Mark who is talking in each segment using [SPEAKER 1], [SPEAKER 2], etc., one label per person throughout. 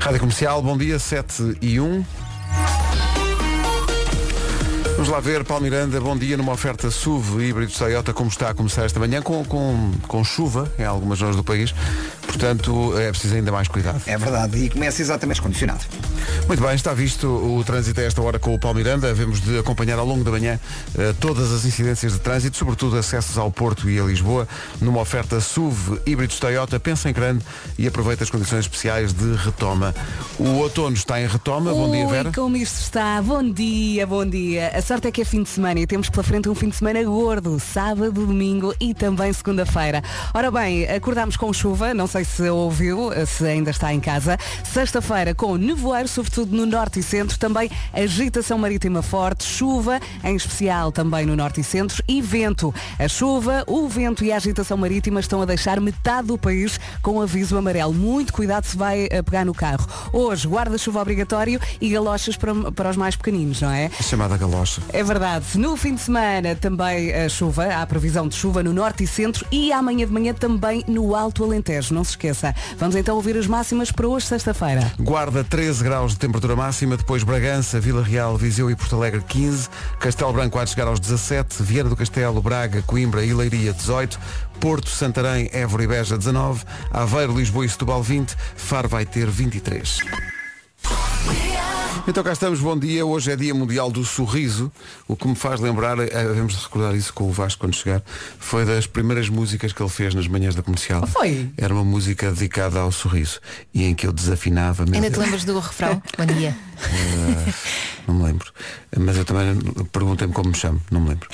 [SPEAKER 1] Rádio Comercial, bom dia, 7 e 1. Vamos lá ver, Paulo Miranda, bom dia numa oferta SUV híbrido Toyota, como está a começar esta manhã, com, com, com chuva em algumas zonas do país, portanto é preciso ainda mais cuidado.
[SPEAKER 2] É verdade, e começa exatamente condicionado.
[SPEAKER 1] Muito bem, está visto o trânsito a esta hora com o Paulo Miranda, havemos de acompanhar ao longo da manhã eh, todas as incidências de trânsito, sobretudo acessos ao Porto e a Lisboa, numa oferta SUV híbrido Toyota, pensa em grande e aproveita as condições especiais de retoma. O outono está em retoma, bom dia
[SPEAKER 3] Ui,
[SPEAKER 1] Vera.
[SPEAKER 3] como isto está. Bom dia, bom dia. A sorte é que é fim de semana e temos pela frente um fim de semana gordo, sábado, domingo e também segunda-feira. Ora bem, acordámos com chuva, não sei se ouviu, se ainda está em casa. Sexta-feira com nevoeiro, sobretudo no norte e centro, também agitação marítima forte, chuva, em especial também no norte e centro, e vento. A chuva, o vento e a agitação marítima estão a deixar metade do país com aviso amarelo. Muito cuidado se vai eh, pegar no carro. Hoje, guarda-chuva obrigatório e galochas para, para os mais pequeninos, não é?
[SPEAKER 1] Chamada galocha.
[SPEAKER 3] É verdade. No fim de semana também a chuva, há previsão de chuva no norte e centro e amanhã de manhã também no Alto Alentejo, não se esqueça. Vamos então ouvir as máximas para hoje, sexta-feira.
[SPEAKER 1] Guarda 13 graus de temperatura máxima, depois Bragança, Vila Real, Viseu e Porto Alegre 15, Castelo Branco há de chegar aos 17, Vieira do Castelo, Braga, Coimbra e Leiria 18, Porto, Santarém, Évora e Beja 19, Aveiro, Lisboa e Setúbal 20, Faro vai ter 23. Então cá estamos, bom dia. Hoje é Dia Mundial do Sorriso, o que me faz lembrar, eh, havemos de recordar isso com o Vasco quando chegar, foi das primeiras músicas que ele fez nas manhãs da comercial.
[SPEAKER 3] Foi?
[SPEAKER 1] Era uma música dedicada ao sorriso e em que eu desafinava meu
[SPEAKER 4] Ainda te
[SPEAKER 1] Deus.
[SPEAKER 4] lembras do refrão? Bom dia.
[SPEAKER 1] Não me lembro. Mas eu também perguntei-me como me chamo, não me lembro.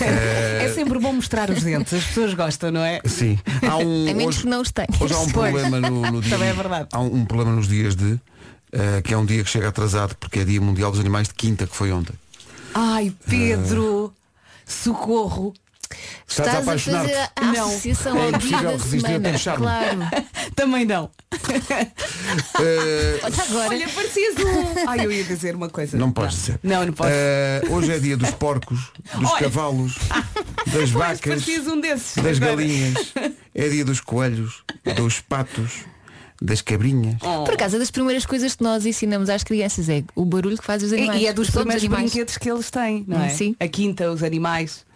[SPEAKER 3] É sempre bom mostrar os dentes, as pessoas gostam, não é?
[SPEAKER 1] Sim. Há um,
[SPEAKER 4] A menos
[SPEAKER 1] hoje,
[SPEAKER 4] que não os tenhas.
[SPEAKER 1] hoje há um
[SPEAKER 3] Pois.
[SPEAKER 1] problema no, no dia.
[SPEAKER 3] Também é verdade.
[SPEAKER 1] Há um, um problema nos dias de. eh, que é um dia que chega atrasado porque é dia mundial dos animais de quinta que foi ontem.
[SPEAKER 3] Ai, Pedro, socorro.
[SPEAKER 1] Estás a apaixonar-te.
[SPEAKER 4] fazer a
[SPEAKER 3] Não.
[SPEAKER 4] associação
[SPEAKER 1] É
[SPEAKER 4] ao dia
[SPEAKER 1] impossível
[SPEAKER 4] da
[SPEAKER 1] resistir a
[SPEAKER 4] semana.
[SPEAKER 1] teu charme.
[SPEAKER 4] Claro.
[SPEAKER 3] Também não.
[SPEAKER 1] Eh,
[SPEAKER 4] Olha agora.
[SPEAKER 3] Olha, parecias um. Ai, eu ia dizer uma coisa.
[SPEAKER 1] não podes dizer.
[SPEAKER 3] Não, não posso.
[SPEAKER 1] Eh, hoje é dia dos porcos, dos
[SPEAKER 3] Olha.
[SPEAKER 1] cavalos, das
[SPEAKER 3] Pois,
[SPEAKER 1] vacas,
[SPEAKER 3] parecias um desses.
[SPEAKER 1] das
[SPEAKER 3] Agora.
[SPEAKER 1] galinhas. É dia dos coelhos, dos patos, das cabrinhas.
[SPEAKER 3] Oh.
[SPEAKER 4] Por acaso, é das primeiras coisas que nós ensinamos às crianças é o barulho que faz os
[SPEAKER 3] E,
[SPEAKER 4] animais.
[SPEAKER 3] e é
[SPEAKER 4] Todos
[SPEAKER 3] dos
[SPEAKER 4] os
[SPEAKER 3] primeiros
[SPEAKER 4] animais.
[SPEAKER 3] brinquedos que eles têm, não é?
[SPEAKER 4] Sim.
[SPEAKER 3] A quinta, os animais.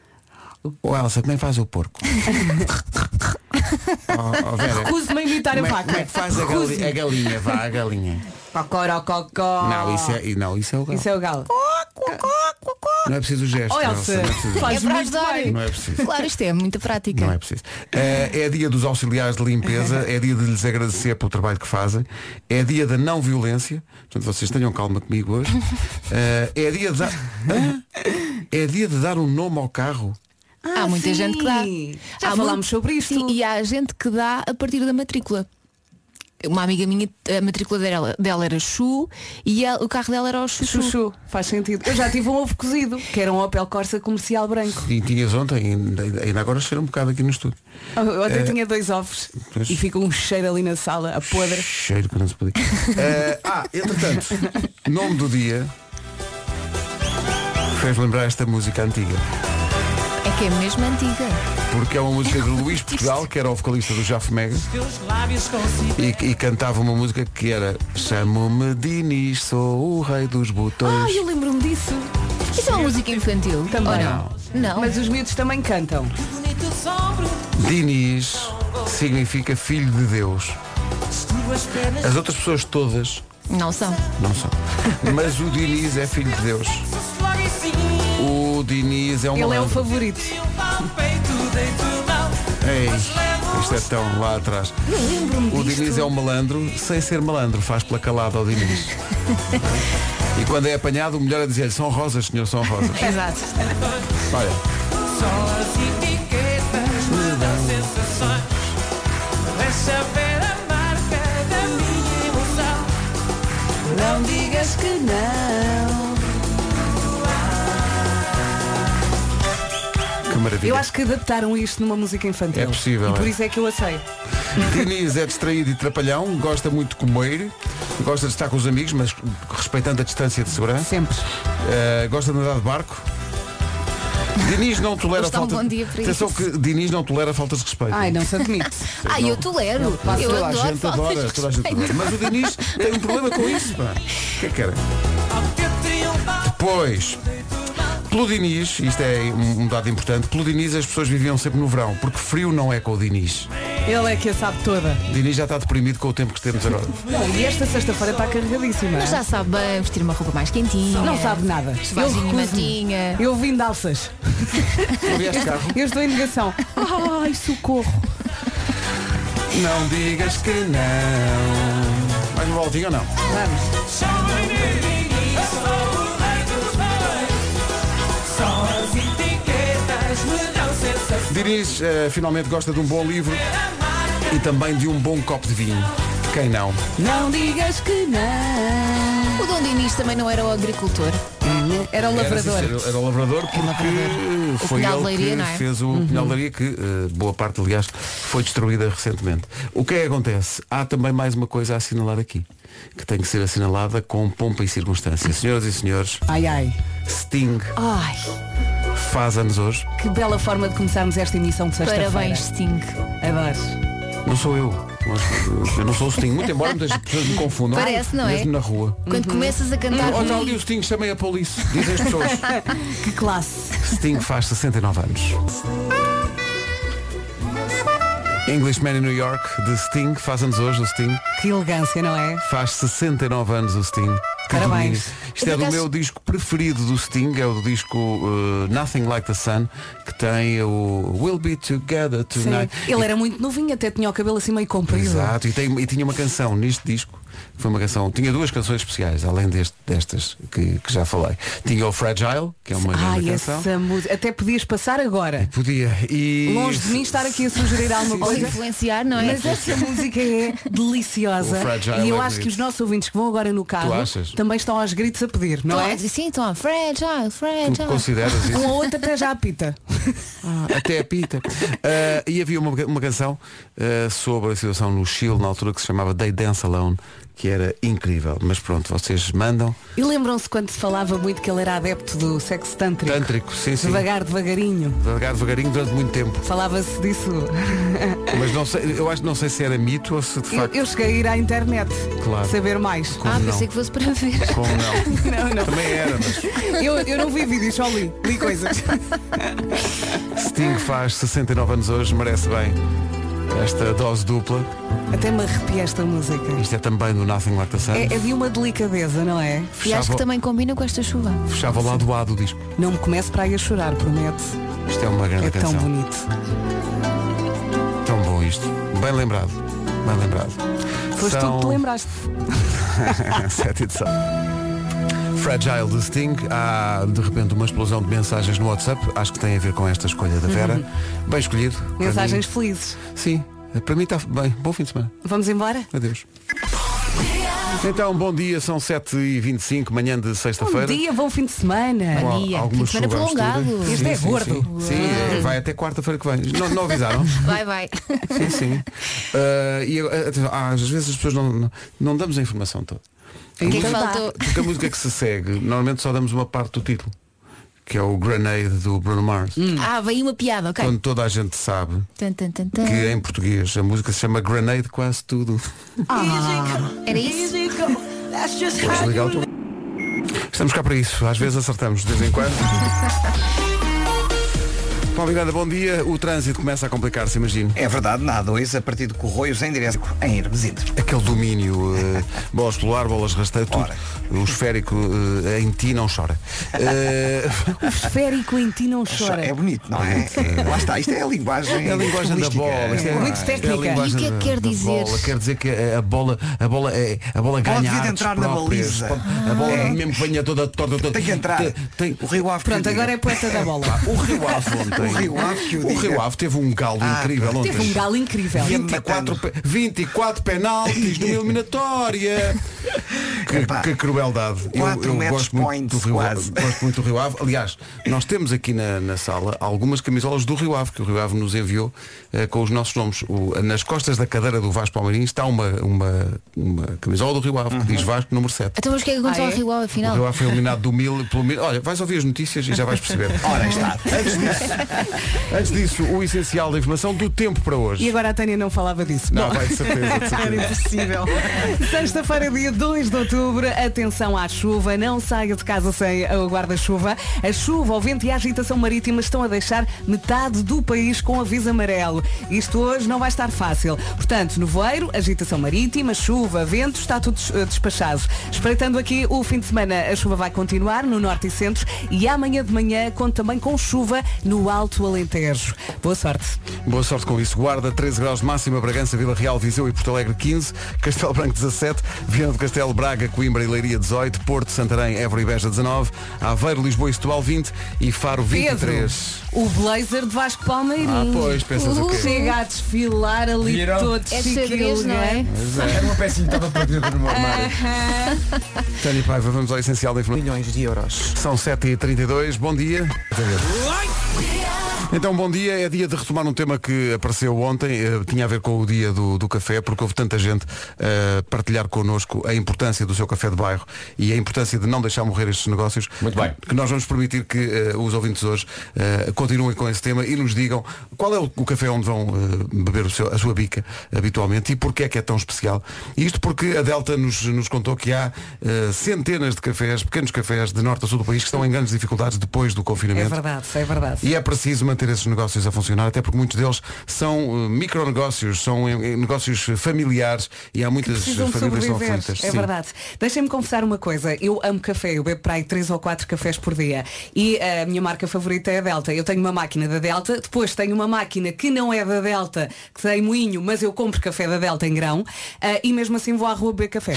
[SPEAKER 1] Ou Elsa, como é que faz o porco? oh, oh, Vera,
[SPEAKER 3] Recuso-me a imitar a
[SPEAKER 1] como, é,
[SPEAKER 3] vaca.
[SPEAKER 1] como é que faz a, gali- a galinha? Vá, a galinha.
[SPEAKER 3] Cocorococó.
[SPEAKER 1] Não, isso é, não, isso é o galo.
[SPEAKER 3] Isso é o galo.
[SPEAKER 1] Não é preciso o gesto.
[SPEAKER 3] Oh,
[SPEAKER 1] Elsa,
[SPEAKER 3] Elsa,
[SPEAKER 1] não é preciso.
[SPEAKER 3] faz
[SPEAKER 4] É para
[SPEAKER 3] muito
[SPEAKER 4] ajudar.
[SPEAKER 3] bem.
[SPEAKER 1] Não é preciso.
[SPEAKER 4] Claro, isto é muita prática.
[SPEAKER 1] Não é preciso. Eh, é dia dos auxiliares de limpeza, é dia de lhes agradecer pelo trabalho que fazem, é dia da não violência, portanto vocês tenham calma comigo hoje. Eh, é dia de dar. Hã? É dia de dar um nome ao carro.
[SPEAKER 4] Há
[SPEAKER 3] Ah,
[SPEAKER 4] muita
[SPEAKER 3] sim.
[SPEAKER 4] gente que dá.
[SPEAKER 3] Já
[SPEAKER 4] Há
[SPEAKER 3] falámos
[SPEAKER 4] muito-
[SPEAKER 3] sobre isto.
[SPEAKER 4] Sim, e há gente que dá a partir da matrícula. Uma amiga minha, a matrícula dela, dela era Chu e ela- o carro dela era o Chuchu.
[SPEAKER 3] Chuchu, faz sentido. Eu já tive um ovo cozido, que era um Opel Corsa comercial branco.
[SPEAKER 1] E tinhas ontem, ainda, ainda agora cheira um bocado aqui no estúdio.
[SPEAKER 3] Ontem
[SPEAKER 1] Eh,
[SPEAKER 3] tinha dois ovos
[SPEAKER 1] pois.
[SPEAKER 3] e fica um cheiro ali na sala, a podre.
[SPEAKER 1] Cheiro que não se podia. Eh, ah, entretanto, nome do dia. Fez lembrar esta música antiga.
[SPEAKER 4] É que é mesmo antiga.
[SPEAKER 1] Porque é uma música de Luís Portugal, que era o vocalista do Jaf Mega. E, e cantava uma música que era Chamo-me Dinis, sou o rei dos
[SPEAKER 3] Ah,
[SPEAKER 1] botões.
[SPEAKER 3] eu lembro-me disso.
[SPEAKER 4] Isso é uma música infantil?
[SPEAKER 3] Também.
[SPEAKER 4] Ou não? Não.
[SPEAKER 3] Mas os miúdos também cantam.
[SPEAKER 1] É Dinis significa filho de Deus. As outras pessoas todas
[SPEAKER 4] Não são.
[SPEAKER 1] não são. Mas o Dinis é filho de Deus. O Dinis é um
[SPEAKER 3] Ele é o
[SPEAKER 1] malandro.
[SPEAKER 3] favorito.
[SPEAKER 1] Ei, isto é tão lá atrás. O Diniz é um malandro, sem ser malandro, faz pela calada ao Diniz. e quando é apanhado, o melhor é dizer-lhe, são rosas, senhor, são rosas.
[SPEAKER 4] Exato.
[SPEAKER 1] Olha.
[SPEAKER 3] Não digas que não.
[SPEAKER 1] Que maravilha.
[SPEAKER 3] Eu acho que adaptaram isto numa música infantil.
[SPEAKER 1] É possível,
[SPEAKER 3] E por
[SPEAKER 1] é.
[SPEAKER 3] isso é que eu aceito.
[SPEAKER 1] Diniz é distraído e trapalhão, gosta muito de comer, gosta de estar com os amigos, mas respeitando a distância de segurança.
[SPEAKER 3] Sempre.
[SPEAKER 1] Eh, gosta de andar de barco. Diniz não tolera
[SPEAKER 4] Hoje está um
[SPEAKER 1] falta.
[SPEAKER 4] bom dia para
[SPEAKER 1] Atenção
[SPEAKER 4] isso.
[SPEAKER 1] que Diniz não tolera faltas de respeito.
[SPEAKER 3] Ai, não se admite.
[SPEAKER 4] Ah, eu tolero. Eu
[SPEAKER 1] toda a
[SPEAKER 4] adoro
[SPEAKER 1] gente adora,
[SPEAKER 4] faltas de
[SPEAKER 1] toda a gente
[SPEAKER 4] respeito.
[SPEAKER 1] adora. Mas o Diniz tem um problema com isso, pá. O que é que era? Depois, pelo Diniz, isto é um um dado importante, pelo Diniz as pessoas viviam sempre no verão, porque frio não é com o Diniz.
[SPEAKER 3] Ele é que a sabe toda.
[SPEAKER 1] O Diniz já está deprimido com o tempo que temos agora.
[SPEAKER 3] Não, e esta sexta-feira está carregadíssima.
[SPEAKER 4] Mas já sabe bem vestir uma roupa mais quentinha.
[SPEAKER 3] Não sabe nada. Eu
[SPEAKER 4] Chuvazinho e
[SPEAKER 3] recuso-me.
[SPEAKER 4] mantinha.
[SPEAKER 3] Eu vim de alças.
[SPEAKER 1] Não vieste de carro?
[SPEAKER 3] Eu estou em negação. Ai, socorro.
[SPEAKER 1] Não digas que não. Mais uma voltinha ou não?
[SPEAKER 3] Vamos.
[SPEAKER 1] Diniz eh, finalmente gosta de um bom livro e também de um bom copo de vinho. Quem não?
[SPEAKER 3] Não digas que não.
[SPEAKER 4] O Dom Dinis também não era o agricultor. É
[SPEAKER 3] Era um
[SPEAKER 1] Era,
[SPEAKER 3] lavrador.
[SPEAKER 1] sincero, era o lavrador porque eh,
[SPEAKER 4] um O
[SPEAKER 1] foi
[SPEAKER 4] Pinhal de
[SPEAKER 1] ele
[SPEAKER 4] Leiria,
[SPEAKER 1] que
[SPEAKER 4] não é?
[SPEAKER 1] fez o Pinhal de Leiria, que eh, boa parte, aliás, foi destruída recentemente. O que é que acontece? Há também mais uma coisa a assinalar aqui, que tem que ser assinalada com pompa e circunstância. Senhoras e senhores,
[SPEAKER 3] Ai, ai.
[SPEAKER 1] Sting
[SPEAKER 3] Ai,
[SPEAKER 1] faz anos hoje.
[SPEAKER 3] que bela forma de começarmos esta emissão de sexta-feira.
[SPEAKER 4] Parabéns, Sting.
[SPEAKER 3] Adoro.
[SPEAKER 1] Não sou eu. Mas, eh, eu não sou o Sting, muito embora muitas pessoas me confundam.
[SPEAKER 4] Parece, não é?
[SPEAKER 1] Mesmo na rua. Uhum.
[SPEAKER 4] Quando
[SPEAKER 3] Uhum.
[SPEAKER 4] começas a cantar.
[SPEAKER 1] Olha ali o Sting, chamei a polícia. Dizem as pessoas.
[SPEAKER 3] Que classe.
[SPEAKER 1] Sting faz 69 anos. Englishman in New York, de Sting, faz anos hoje o Sting.
[SPEAKER 3] Que elegância, não é?
[SPEAKER 1] Faz 69 anos o Sting. Que
[SPEAKER 3] Parabéns.
[SPEAKER 1] domínio. Isto é do
[SPEAKER 4] acaso-
[SPEAKER 1] meu disco preferido do Sting, é o disco uh, Nothing Like the Sun, que tem o We'll Be Together
[SPEAKER 3] Sim.
[SPEAKER 1] Tonight.
[SPEAKER 3] Ele era muito novinho, até tinha o cabelo assim meio comprido.
[SPEAKER 1] Exato, e, tem- e tinha uma canção neste disco, que foi uma canção, tinha duas canções especiais, além deste- destas que, que já falei. Tinha o Fragile, que é uma grande
[SPEAKER 3] Ai,
[SPEAKER 1] canção.
[SPEAKER 3] essa música. Até podias passar agora.
[SPEAKER 1] Podia. E
[SPEAKER 3] Longe de mim estar aqui a sugerir alguma
[SPEAKER 4] Ou
[SPEAKER 3] coisa.
[SPEAKER 4] influenciar, não é?
[SPEAKER 3] Mas essa música é
[SPEAKER 1] O
[SPEAKER 3] deliciosa
[SPEAKER 1] Fragile
[SPEAKER 3] e eu
[SPEAKER 1] é
[SPEAKER 3] acho que
[SPEAKER 1] bonito.
[SPEAKER 3] os nossos ouvintes que vão agora no carro
[SPEAKER 1] achas?
[SPEAKER 3] também estão aos gritos a pedir, não
[SPEAKER 4] Tom,
[SPEAKER 3] é?
[SPEAKER 4] Sim, Tom. Fragile,
[SPEAKER 1] Tu
[SPEAKER 4] fragile.
[SPEAKER 1] consideras
[SPEAKER 3] Um
[SPEAKER 1] isso?
[SPEAKER 3] ou outro até já apita.
[SPEAKER 1] Até a pita. Ah, e havia uma, uma canção ah, sobre a situação no Chile, na altura, que se chamava They Dance Alone, que era incrível. Mas pronto, vocês mandam.
[SPEAKER 3] E lembram-se quando se falava muito que ele era adepto do sexo tântrico?
[SPEAKER 1] Tântrico, É, sim, sim.
[SPEAKER 3] Devagar, devagarinho.
[SPEAKER 1] Devagar, devagarinho, durante muito tempo.
[SPEAKER 3] Falava-se disso.
[SPEAKER 1] Mas não sei, eu acho que não sei se era mito ou se de
[SPEAKER 3] Eu,
[SPEAKER 1] facto.
[SPEAKER 3] eu cheguei a ir à internet
[SPEAKER 1] Claro.
[SPEAKER 3] saber mais.
[SPEAKER 1] Como
[SPEAKER 4] Ah,
[SPEAKER 1] não?
[SPEAKER 4] pensei que fosse para ver.
[SPEAKER 1] Como não?
[SPEAKER 3] Não, não.
[SPEAKER 1] Também era, mas
[SPEAKER 3] Eu, eu não vi vídeos, só li. Li coisas.
[SPEAKER 1] Sting faz 69 anos hoje, merece bem esta dose dupla.
[SPEAKER 3] Até me arrepia esta música.
[SPEAKER 1] Isto é também do Nothing Like the Sun.
[SPEAKER 3] É, é de uma delicadeza, não é?
[SPEAKER 4] E acho
[SPEAKER 1] Fechava,
[SPEAKER 4] que também combina com esta chuva.
[SPEAKER 1] fechava o lado A do disco.
[SPEAKER 3] Não me comece para aí a chorar, prometo.
[SPEAKER 1] Isto é uma grande
[SPEAKER 3] É
[SPEAKER 1] canção.
[SPEAKER 3] tão bonito.
[SPEAKER 1] Tão bom isto. Bem lembrado. Bem lembrado.
[SPEAKER 3] Foste tu que te lembraste.
[SPEAKER 1] Sete e de sal. Fragile de Sting. Há de repente uma explosão de mensagens no WhatsApp. Acho que tem a ver com esta escolha da Vera. Bem escolhido. Para
[SPEAKER 3] Uhum. Mensagens felizes.
[SPEAKER 1] mim- Sim. Para mim está bem. Bom fim de semana.
[SPEAKER 3] Vamos embora?
[SPEAKER 1] Adeus. Então, bom dia. São 7h25, manhã de
[SPEAKER 3] Bom
[SPEAKER 1] sexta-feira.
[SPEAKER 3] dia, bom fim de
[SPEAKER 1] Com
[SPEAKER 3] semana.
[SPEAKER 1] al-
[SPEAKER 4] dia.
[SPEAKER 1] alguma
[SPEAKER 4] Fim de semana
[SPEAKER 1] chuva à mistura.
[SPEAKER 4] prolongado.
[SPEAKER 3] Este
[SPEAKER 1] Sim,
[SPEAKER 3] é
[SPEAKER 1] sim,
[SPEAKER 3] gordo.
[SPEAKER 1] Sim, Sim, é, vai até quarta-feira que vem. Não, não avisaram?
[SPEAKER 4] Vai, vai.
[SPEAKER 1] Sim, sim. Ah, e ah, atenção, ah, às vezes as pessoas não, não, não damos a informação toda. A
[SPEAKER 4] Quem
[SPEAKER 1] música-
[SPEAKER 4] faltou?
[SPEAKER 1] Porque a música é que se segue, normalmente só damos uma parte do título, que é o Grenade do Bruno Mars.
[SPEAKER 4] Ah, veio uma piada, ok. Hum.
[SPEAKER 1] Quando toda a gente sabe
[SPEAKER 4] Tan, tan, tan, tan.
[SPEAKER 1] que em português a música se chama Grenade quase tudo.
[SPEAKER 4] Ah,
[SPEAKER 3] Ah.
[SPEAKER 4] Era isso?
[SPEAKER 1] Vou desligar o teu- Estamos cá para isso, às vezes acertamos de vez em quando. Paulo Miranda, bom dia. O trânsito começa a complicar-se, imagino.
[SPEAKER 2] É verdade, na A2, a partir de Corroios, em direção em Hermesinde.
[SPEAKER 1] Aquele domínio, eh, bolas pelo ar, bolas rasteiro, tudo.
[SPEAKER 2] Ora.
[SPEAKER 1] O esférico eh, em ti não chora. Eh,
[SPEAKER 3] O esférico em ti não chora.
[SPEAKER 2] É bonito, não é? É, Lá está, isto é a linguagem.
[SPEAKER 1] é a linguagem da
[SPEAKER 2] futbolística.
[SPEAKER 1] bola. isto é-
[SPEAKER 3] Muito
[SPEAKER 1] é a
[SPEAKER 3] técnica.
[SPEAKER 1] linguagem
[SPEAKER 4] E o que é que
[SPEAKER 1] da-
[SPEAKER 4] quer
[SPEAKER 1] da
[SPEAKER 4] dizer?
[SPEAKER 1] bola. Quer dizer que a a bola, a bola, é- a bola ganha
[SPEAKER 2] devia de
[SPEAKER 1] artes
[SPEAKER 2] entrar na
[SPEAKER 1] próprias.
[SPEAKER 2] baliza. É.
[SPEAKER 1] Pode- A bola mesmo que venha toda torta. toda-
[SPEAKER 2] Tem que entrar.
[SPEAKER 1] Tem,
[SPEAKER 2] O Rio Ave. que
[SPEAKER 3] Pronto,
[SPEAKER 2] o diga.
[SPEAKER 3] agora é poeta da bola.
[SPEAKER 1] Pá, o Rio Ave ontem.
[SPEAKER 2] O Rio Ave que o
[SPEAKER 1] O
[SPEAKER 2] diga.
[SPEAKER 1] Rio Ave teve um galo
[SPEAKER 2] Ah,
[SPEAKER 1] incrível ontem.
[SPEAKER 3] Teve um galo incrível.
[SPEAKER 2] Vinte-
[SPEAKER 1] 24, pe- 24 penaltis numa eliminatória. Que,
[SPEAKER 2] Epá,
[SPEAKER 1] que crueldade.
[SPEAKER 2] quatro match
[SPEAKER 1] gosto, muito
[SPEAKER 2] points,
[SPEAKER 1] do Rio Ave,
[SPEAKER 2] quase.
[SPEAKER 1] gosto muito do Rio Ave. Aliás, nós temos aqui na, na sala algumas camisolas do Rio Ave, que o Rio Ave nos enviou eh, com os nossos nomes. O- nas costas da cadeira do Vasco Palmeirinho está uma, uma, uma camisola do Rio Ave, que diz
[SPEAKER 2] Uhum.
[SPEAKER 1] Vasco número 7.
[SPEAKER 4] Então mas o que é que aconteceu
[SPEAKER 3] Ah, é?
[SPEAKER 4] ao Rio Ave,
[SPEAKER 2] Então,
[SPEAKER 1] O
[SPEAKER 4] afinal?
[SPEAKER 1] Rio Ave um- foi eliminado do mil, pelo mil. Olha, vais ouvir as notícias e já vais perceber.
[SPEAKER 2] Ora está.
[SPEAKER 1] Antes disso, o essencial da informação do tempo para
[SPEAKER 3] E
[SPEAKER 1] hoje.
[SPEAKER 3] agora a Tânia não falava disso.
[SPEAKER 1] Não,
[SPEAKER 3] Bom.
[SPEAKER 1] vai de certeza, de certeza.
[SPEAKER 3] impossível. Sexta-feira, dia 2 de outubro, atenção à chuva, não saia de casa sem o guarda-chuva. A chuva, o vento e a agitação marítima estão a deixar metade do país com aviso amarelo. Isto hoje não vai estar fácil. Portanto, nevoeiro, agitação marítima, chuva, vento, está tudo eh, despachado. Espreitando aqui o fim de semana, a chuva vai continuar no norte e centro e amanhã de manhã conto também com chuva no Alto Alentejo. Boa sorte.
[SPEAKER 1] Boa sorte com isso. Guarda 13 graus de máxima, Bragança, Vila Real, Viseu e Porto Alegre 15, Castelo Branco 17, Viana do Castelo, Braga, Coimbra e Leiria 18, Porto, Santarém, Évora e Beja 19, Aveiro, Lisboa e Setúbal 20 e Faro 23.
[SPEAKER 3] Pedro, o blazer de Vasco Palmeirinho.
[SPEAKER 1] Ah, pois, pensas o quê?
[SPEAKER 3] Chega a desfilar ali
[SPEAKER 5] Viram?
[SPEAKER 3] todo
[SPEAKER 4] É de xadrez,
[SPEAKER 3] chiquilho,
[SPEAKER 4] não é?
[SPEAKER 5] Era uma peça que estava perdida no meu armário.
[SPEAKER 1] Tânia Paiva, vamos ao essencial da informação.
[SPEAKER 5] Milhões de euros.
[SPEAKER 1] São 7h32, bom dia. Então, bom dia. É dia de retomar um tema que apareceu ontem. eh, tinha a ver com o dia do, do café, porque houve tanta gente a partilhar connosco a importância do seu café de bairro e a importância de não deixar morrer estes negócios.
[SPEAKER 5] Muito bem.
[SPEAKER 1] Que nós vamos permitir que eh, os ouvintes hoje eh, continuem com esse tema e nos digam qual é o, o café onde vão eh, beber o seu- a sua bica habitualmente e porque é que é tão especial. Isto porque a Delta nos, nos contou que há eh, centenas de cafés, pequenos cafés de norte a sul do país que estão em grandes dificuldades depois do
[SPEAKER 3] É
[SPEAKER 1] confinamento.
[SPEAKER 3] verdade, é verdade.
[SPEAKER 1] E é preciso manter esses negócios a funcionar, até porque muitos deles são eh, micronegócios, são eh, eh, negócios familiares e há muitas
[SPEAKER 3] Precisam de
[SPEAKER 1] famílias que são
[SPEAKER 3] sobreviver,
[SPEAKER 1] aflitas.
[SPEAKER 3] é
[SPEAKER 1] Sim.
[SPEAKER 3] verdade. Deixem-me confessar uma coisa, eu amo café, eu bebo para aí 3 ou 4 cafés por dia e eh, a minha marca favorita é a Delta. Eu tenho uma máquina da Delta, depois tenho uma máquina que não é da Delta, que tem moinho, mas eu compro café da Delta em grão eh, e mesmo assim vou à rua beber café.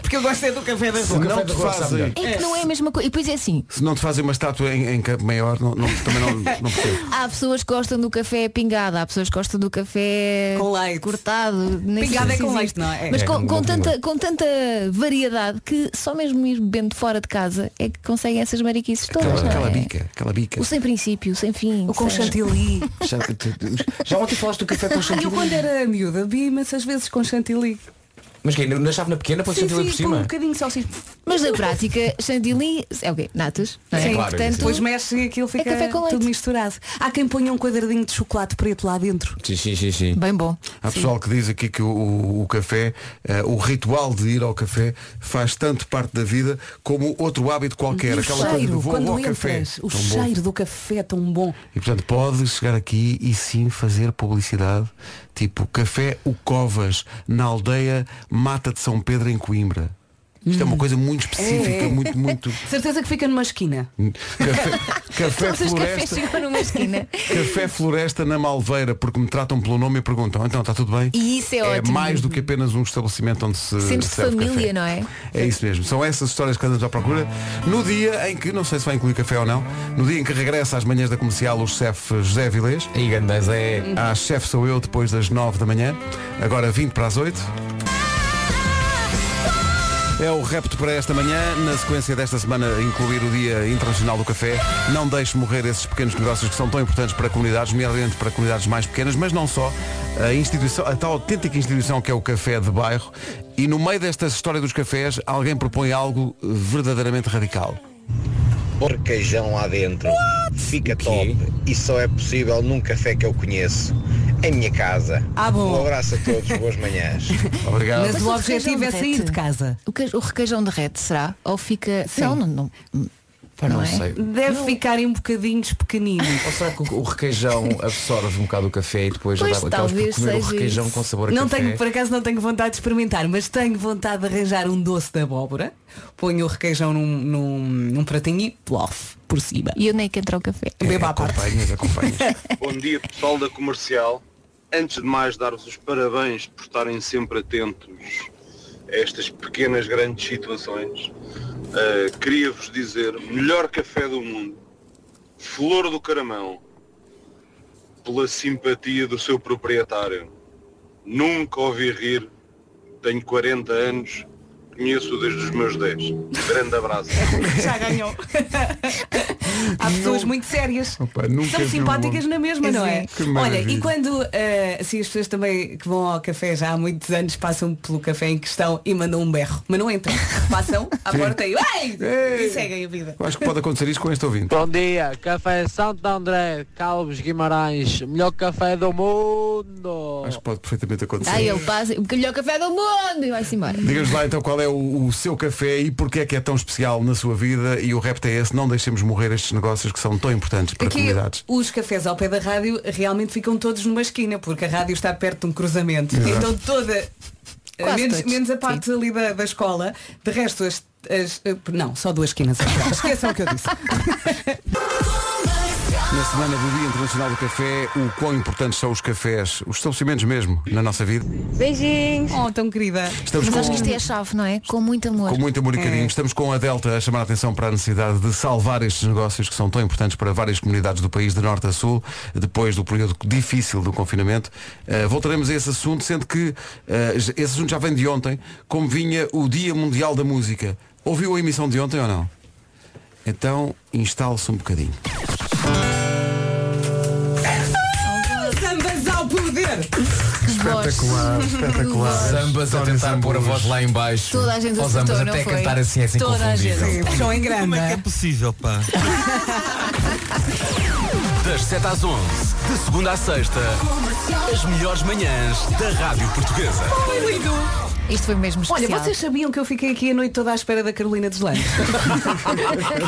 [SPEAKER 3] Porque eu gosto é do café da
[SPEAKER 1] Se
[SPEAKER 3] rua.
[SPEAKER 1] não,
[SPEAKER 5] café
[SPEAKER 1] te
[SPEAKER 5] da rua sabe
[SPEAKER 1] fazem,
[SPEAKER 5] melhor.
[SPEAKER 4] É que não é a mesma coisa. E depois é assim,
[SPEAKER 1] se não te fazem uma estátua em, em campo maior, não, não- também não, não percebo.
[SPEAKER 4] há pessoas que gostam do café pingado, há pessoas que gostam do café
[SPEAKER 3] Com leite.
[SPEAKER 4] cortado. nem sei
[SPEAKER 3] Pingado
[SPEAKER 4] se
[SPEAKER 3] é com
[SPEAKER 4] existe.
[SPEAKER 3] leite, não é?
[SPEAKER 4] Mas
[SPEAKER 1] É,
[SPEAKER 4] com,
[SPEAKER 1] não
[SPEAKER 4] com
[SPEAKER 1] confirmo.
[SPEAKER 4] tanta, com tanta variedade que só mesmo ir bebendo fora de casa é que conseguem essas mariquices todas.
[SPEAKER 1] Aquela,
[SPEAKER 4] não
[SPEAKER 1] aquela
[SPEAKER 4] é?
[SPEAKER 1] bica, aquela bica.
[SPEAKER 4] O sem princípio, o sem fim.
[SPEAKER 3] O com
[SPEAKER 4] sem-
[SPEAKER 3] chantilly.
[SPEAKER 5] Já, já ontem falaste do
[SPEAKER 1] um
[SPEAKER 5] café com
[SPEAKER 3] Eu quando
[SPEAKER 5] chantilly.
[SPEAKER 3] era miúda vi imensas vezes com chantilly.
[SPEAKER 5] Mas quem? Na chávena pequena põe chantilly por
[SPEAKER 3] por um
[SPEAKER 5] cima?
[SPEAKER 3] bocadinho só assim.
[SPEAKER 4] Mas na prática, chantilly é o quê? Natas? Não é?
[SPEAKER 3] Sim,
[SPEAKER 5] claro,
[SPEAKER 4] Portanto, é
[SPEAKER 3] depois mexe e aquilo fica
[SPEAKER 4] café com leite.
[SPEAKER 3] tudo misturado. Há quem ponha um quadradinho de chocolate preto lá dentro.
[SPEAKER 5] Sim, sim, sim, sim.
[SPEAKER 4] bem bom.
[SPEAKER 1] Há pessoal que diz aqui que o, o- o café, eh, o ritual de ir ao café faz tanto parte da vida como outro hábito qualquer.
[SPEAKER 3] e o
[SPEAKER 1] aquela coisa
[SPEAKER 3] cheiro,
[SPEAKER 1] de vou
[SPEAKER 3] quando
[SPEAKER 1] ao café.
[SPEAKER 3] entras, o
[SPEAKER 1] Tão bom.
[SPEAKER 3] cheiro do café é tão bom.
[SPEAKER 1] E portanto pode chegar aqui e sim fazer publicidade Tipo Café O Covas Na aldeia Mata de São Pedro em Coimbra Isto é
[SPEAKER 4] Hum.
[SPEAKER 1] uma coisa muito específica
[SPEAKER 3] Hum. É.
[SPEAKER 1] Muito, muito
[SPEAKER 3] Certeza que fica numa esquina.
[SPEAKER 1] Café, café
[SPEAKER 4] Todos os cafés
[SPEAKER 1] Floresta
[SPEAKER 4] chegam numa esquina.
[SPEAKER 1] Café Floresta na Malveira Porque me tratam pelo nome e perguntam Então está tudo bem?
[SPEAKER 4] E isso é ótimo.
[SPEAKER 1] mais do que apenas um estabelecimento onde se
[SPEAKER 4] Sentes-te
[SPEAKER 1] serve café.
[SPEAKER 4] família, não é?
[SPEAKER 1] É isso mesmo. São essas histórias que andamos à procura. No dia em que, não sei se vai incluir café ou não, no dia em que regressa às manhãs da comercial o chefe José Vilês,
[SPEAKER 5] E gandãs é.
[SPEAKER 1] À chefe sou eu depois das 9 da manhã, agora 20 para as 8. É o repto para esta manhã, na sequência desta semana incluir o Dia Internacional do Café. Não deixe morrer esses pequenos negócios que são tão importantes para comunidades, nomeadamente para comunidades mais pequenas, mas não só. A instituição, a tal autêntica instituição que é o café de bairro. E no meio desta história dos cafés, alguém propõe algo verdadeiramente radical.
[SPEAKER 6] porqueijão lá dentro. Fica
[SPEAKER 5] quê?
[SPEAKER 6] top. E só é possível num café que eu conheço. Em minha casa.
[SPEAKER 3] Ah, bom.
[SPEAKER 6] Um abraço a todos, boas manhãs.
[SPEAKER 1] Obrigado.
[SPEAKER 3] Mas
[SPEAKER 4] Mas
[SPEAKER 3] o
[SPEAKER 4] o
[SPEAKER 3] objetivo é
[SPEAKER 4] requeijão
[SPEAKER 3] sair
[SPEAKER 4] derrete.
[SPEAKER 3] de casa.
[SPEAKER 4] O, que- o requeijão derrete, será? Ou fica. Não, não, não.
[SPEAKER 5] Pá, não
[SPEAKER 4] Não é?
[SPEAKER 5] sei.
[SPEAKER 3] Deve ficar em bocadinhos pequeninos.
[SPEAKER 5] Ou será que o o requeijão absorve um bocado o café e depois já
[SPEAKER 4] Pois,
[SPEAKER 5] dá acabas por
[SPEAKER 4] talvez
[SPEAKER 5] comer o
[SPEAKER 4] seja
[SPEAKER 5] requeijão
[SPEAKER 4] isso.
[SPEAKER 5] com sabor a
[SPEAKER 3] Não
[SPEAKER 5] café?
[SPEAKER 3] tenho, por acaso não tenho vontade de experimentar, mas tenho vontade de arranjar um doce de abóbora, ponho o requeijão num, num, num pratinho e plof por cima.
[SPEAKER 4] E onde é que entra o café?
[SPEAKER 3] Beba à parte.
[SPEAKER 1] Acompanhas, acompanhas.
[SPEAKER 7] Bom dia pessoal da comercial. Antes de mais dar-vos os parabéns por estarem sempre atentos a estas pequenas grandes situações. Uh, queria vos dizer, melhor café do mundo, Flor do Caramão, pela simpatia do seu proprietário. Nunca ouvi rir tenho 40 anos, conheço desde os meus 10. Grande abraço.
[SPEAKER 3] Já ganhou. Há pessoas muito sérias.
[SPEAKER 1] Opa, nunca
[SPEAKER 3] São
[SPEAKER 5] um
[SPEAKER 1] vi
[SPEAKER 3] simpáticas
[SPEAKER 1] uma-
[SPEAKER 3] na mesma, não é?
[SPEAKER 1] Que
[SPEAKER 3] Olha,
[SPEAKER 1] maravilha.
[SPEAKER 3] e quando eh, assim, as pessoas também que vão ao café já há muitos anos passam pelo café em questão e mandam um berro, mas não entram. Passam à porta e, "Ei!"
[SPEAKER 1] Ei!
[SPEAKER 3] e seguem a vida.
[SPEAKER 1] Eu Acho que pode acontecer isso com este ouvinte.
[SPEAKER 8] Bom dia, Café Santo André, Calves Guimarães, melhor café do mundo.
[SPEAKER 1] Acho que pode perfeitamente acontecer.
[SPEAKER 4] Aí ele passa, o melhor café do mundo e vai-se embora.
[SPEAKER 1] Diga-nos lá então qual é o, o seu café e porque é que é tão especial na sua vida e o repto é esse, não deixemos morrer estes negócios que são tão importantes para
[SPEAKER 3] Aqui
[SPEAKER 1] comunidades.
[SPEAKER 3] É os cafés ao pé da rádio realmente ficam todos numa esquina, porque a rádio está perto de um cruzamento.
[SPEAKER 1] Exato.
[SPEAKER 3] Então toda.
[SPEAKER 4] Quase
[SPEAKER 3] Menos,
[SPEAKER 4] todos,
[SPEAKER 3] menos a parte ali da, da escola, de resto as, as- eh, Não, só duas esquinas. Esqueçam o que eu disse.
[SPEAKER 1] Na semana do Dia Internacional do Café, o quão importantes são os cafés, os estabelecimentos mesmo, na nossa vida.
[SPEAKER 9] Beijinhos.
[SPEAKER 3] Oh, tão querida.
[SPEAKER 1] Estamos
[SPEAKER 4] Mas
[SPEAKER 1] com,
[SPEAKER 4] acho que isto é a chave, não é? Com muito amor.
[SPEAKER 1] com muito amor e carinho.
[SPEAKER 3] É.
[SPEAKER 1] Estamos com a Delta a chamar a atenção para a necessidade de salvar estes negócios que são tão importantes para várias comunidades do país, de norte a sul, depois do período difícil do confinamento. Eh, voltaremos a esse assunto, sendo que eh, esse assunto já vem de ontem, como vinha o Dia Mundial da Música. Ouviu a emissão de ontem ou não? Então, instale-se um bocadinho.
[SPEAKER 3] Sambas ao poder!
[SPEAKER 1] Espetacular, espetacular.
[SPEAKER 5] Sambas a tentar pôr a voz lá em baixo.
[SPEAKER 4] Toda a gente
[SPEAKER 5] Aos ambas,
[SPEAKER 4] acertou, não
[SPEAKER 5] até
[SPEAKER 4] foi?
[SPEAKER 5] cantar assim é assim
[SPEAKER 4] Toda a gente.
[SPEAKER 5] inconfundível.
[SPEAKER 3] Puxam em
[SPEAKER 4] é
[SPEAKER 3] grande.
[SPEAKER 10] é
[SPEAKER 11] é?
[SPEAKER 10] possível, pá? Das 7 às 11, de segunda à sexta, as melhores manhãs da Rádio Portuguesa.
[SPEAKER 4] Isto foi mesmo
[SPEAKER 3] Olha,
[SPEAKER 4] especial.
[SPEAKER 3] vocês sabiam que eu fiquei aqui a noite toda à espera da Carolina dos Landes?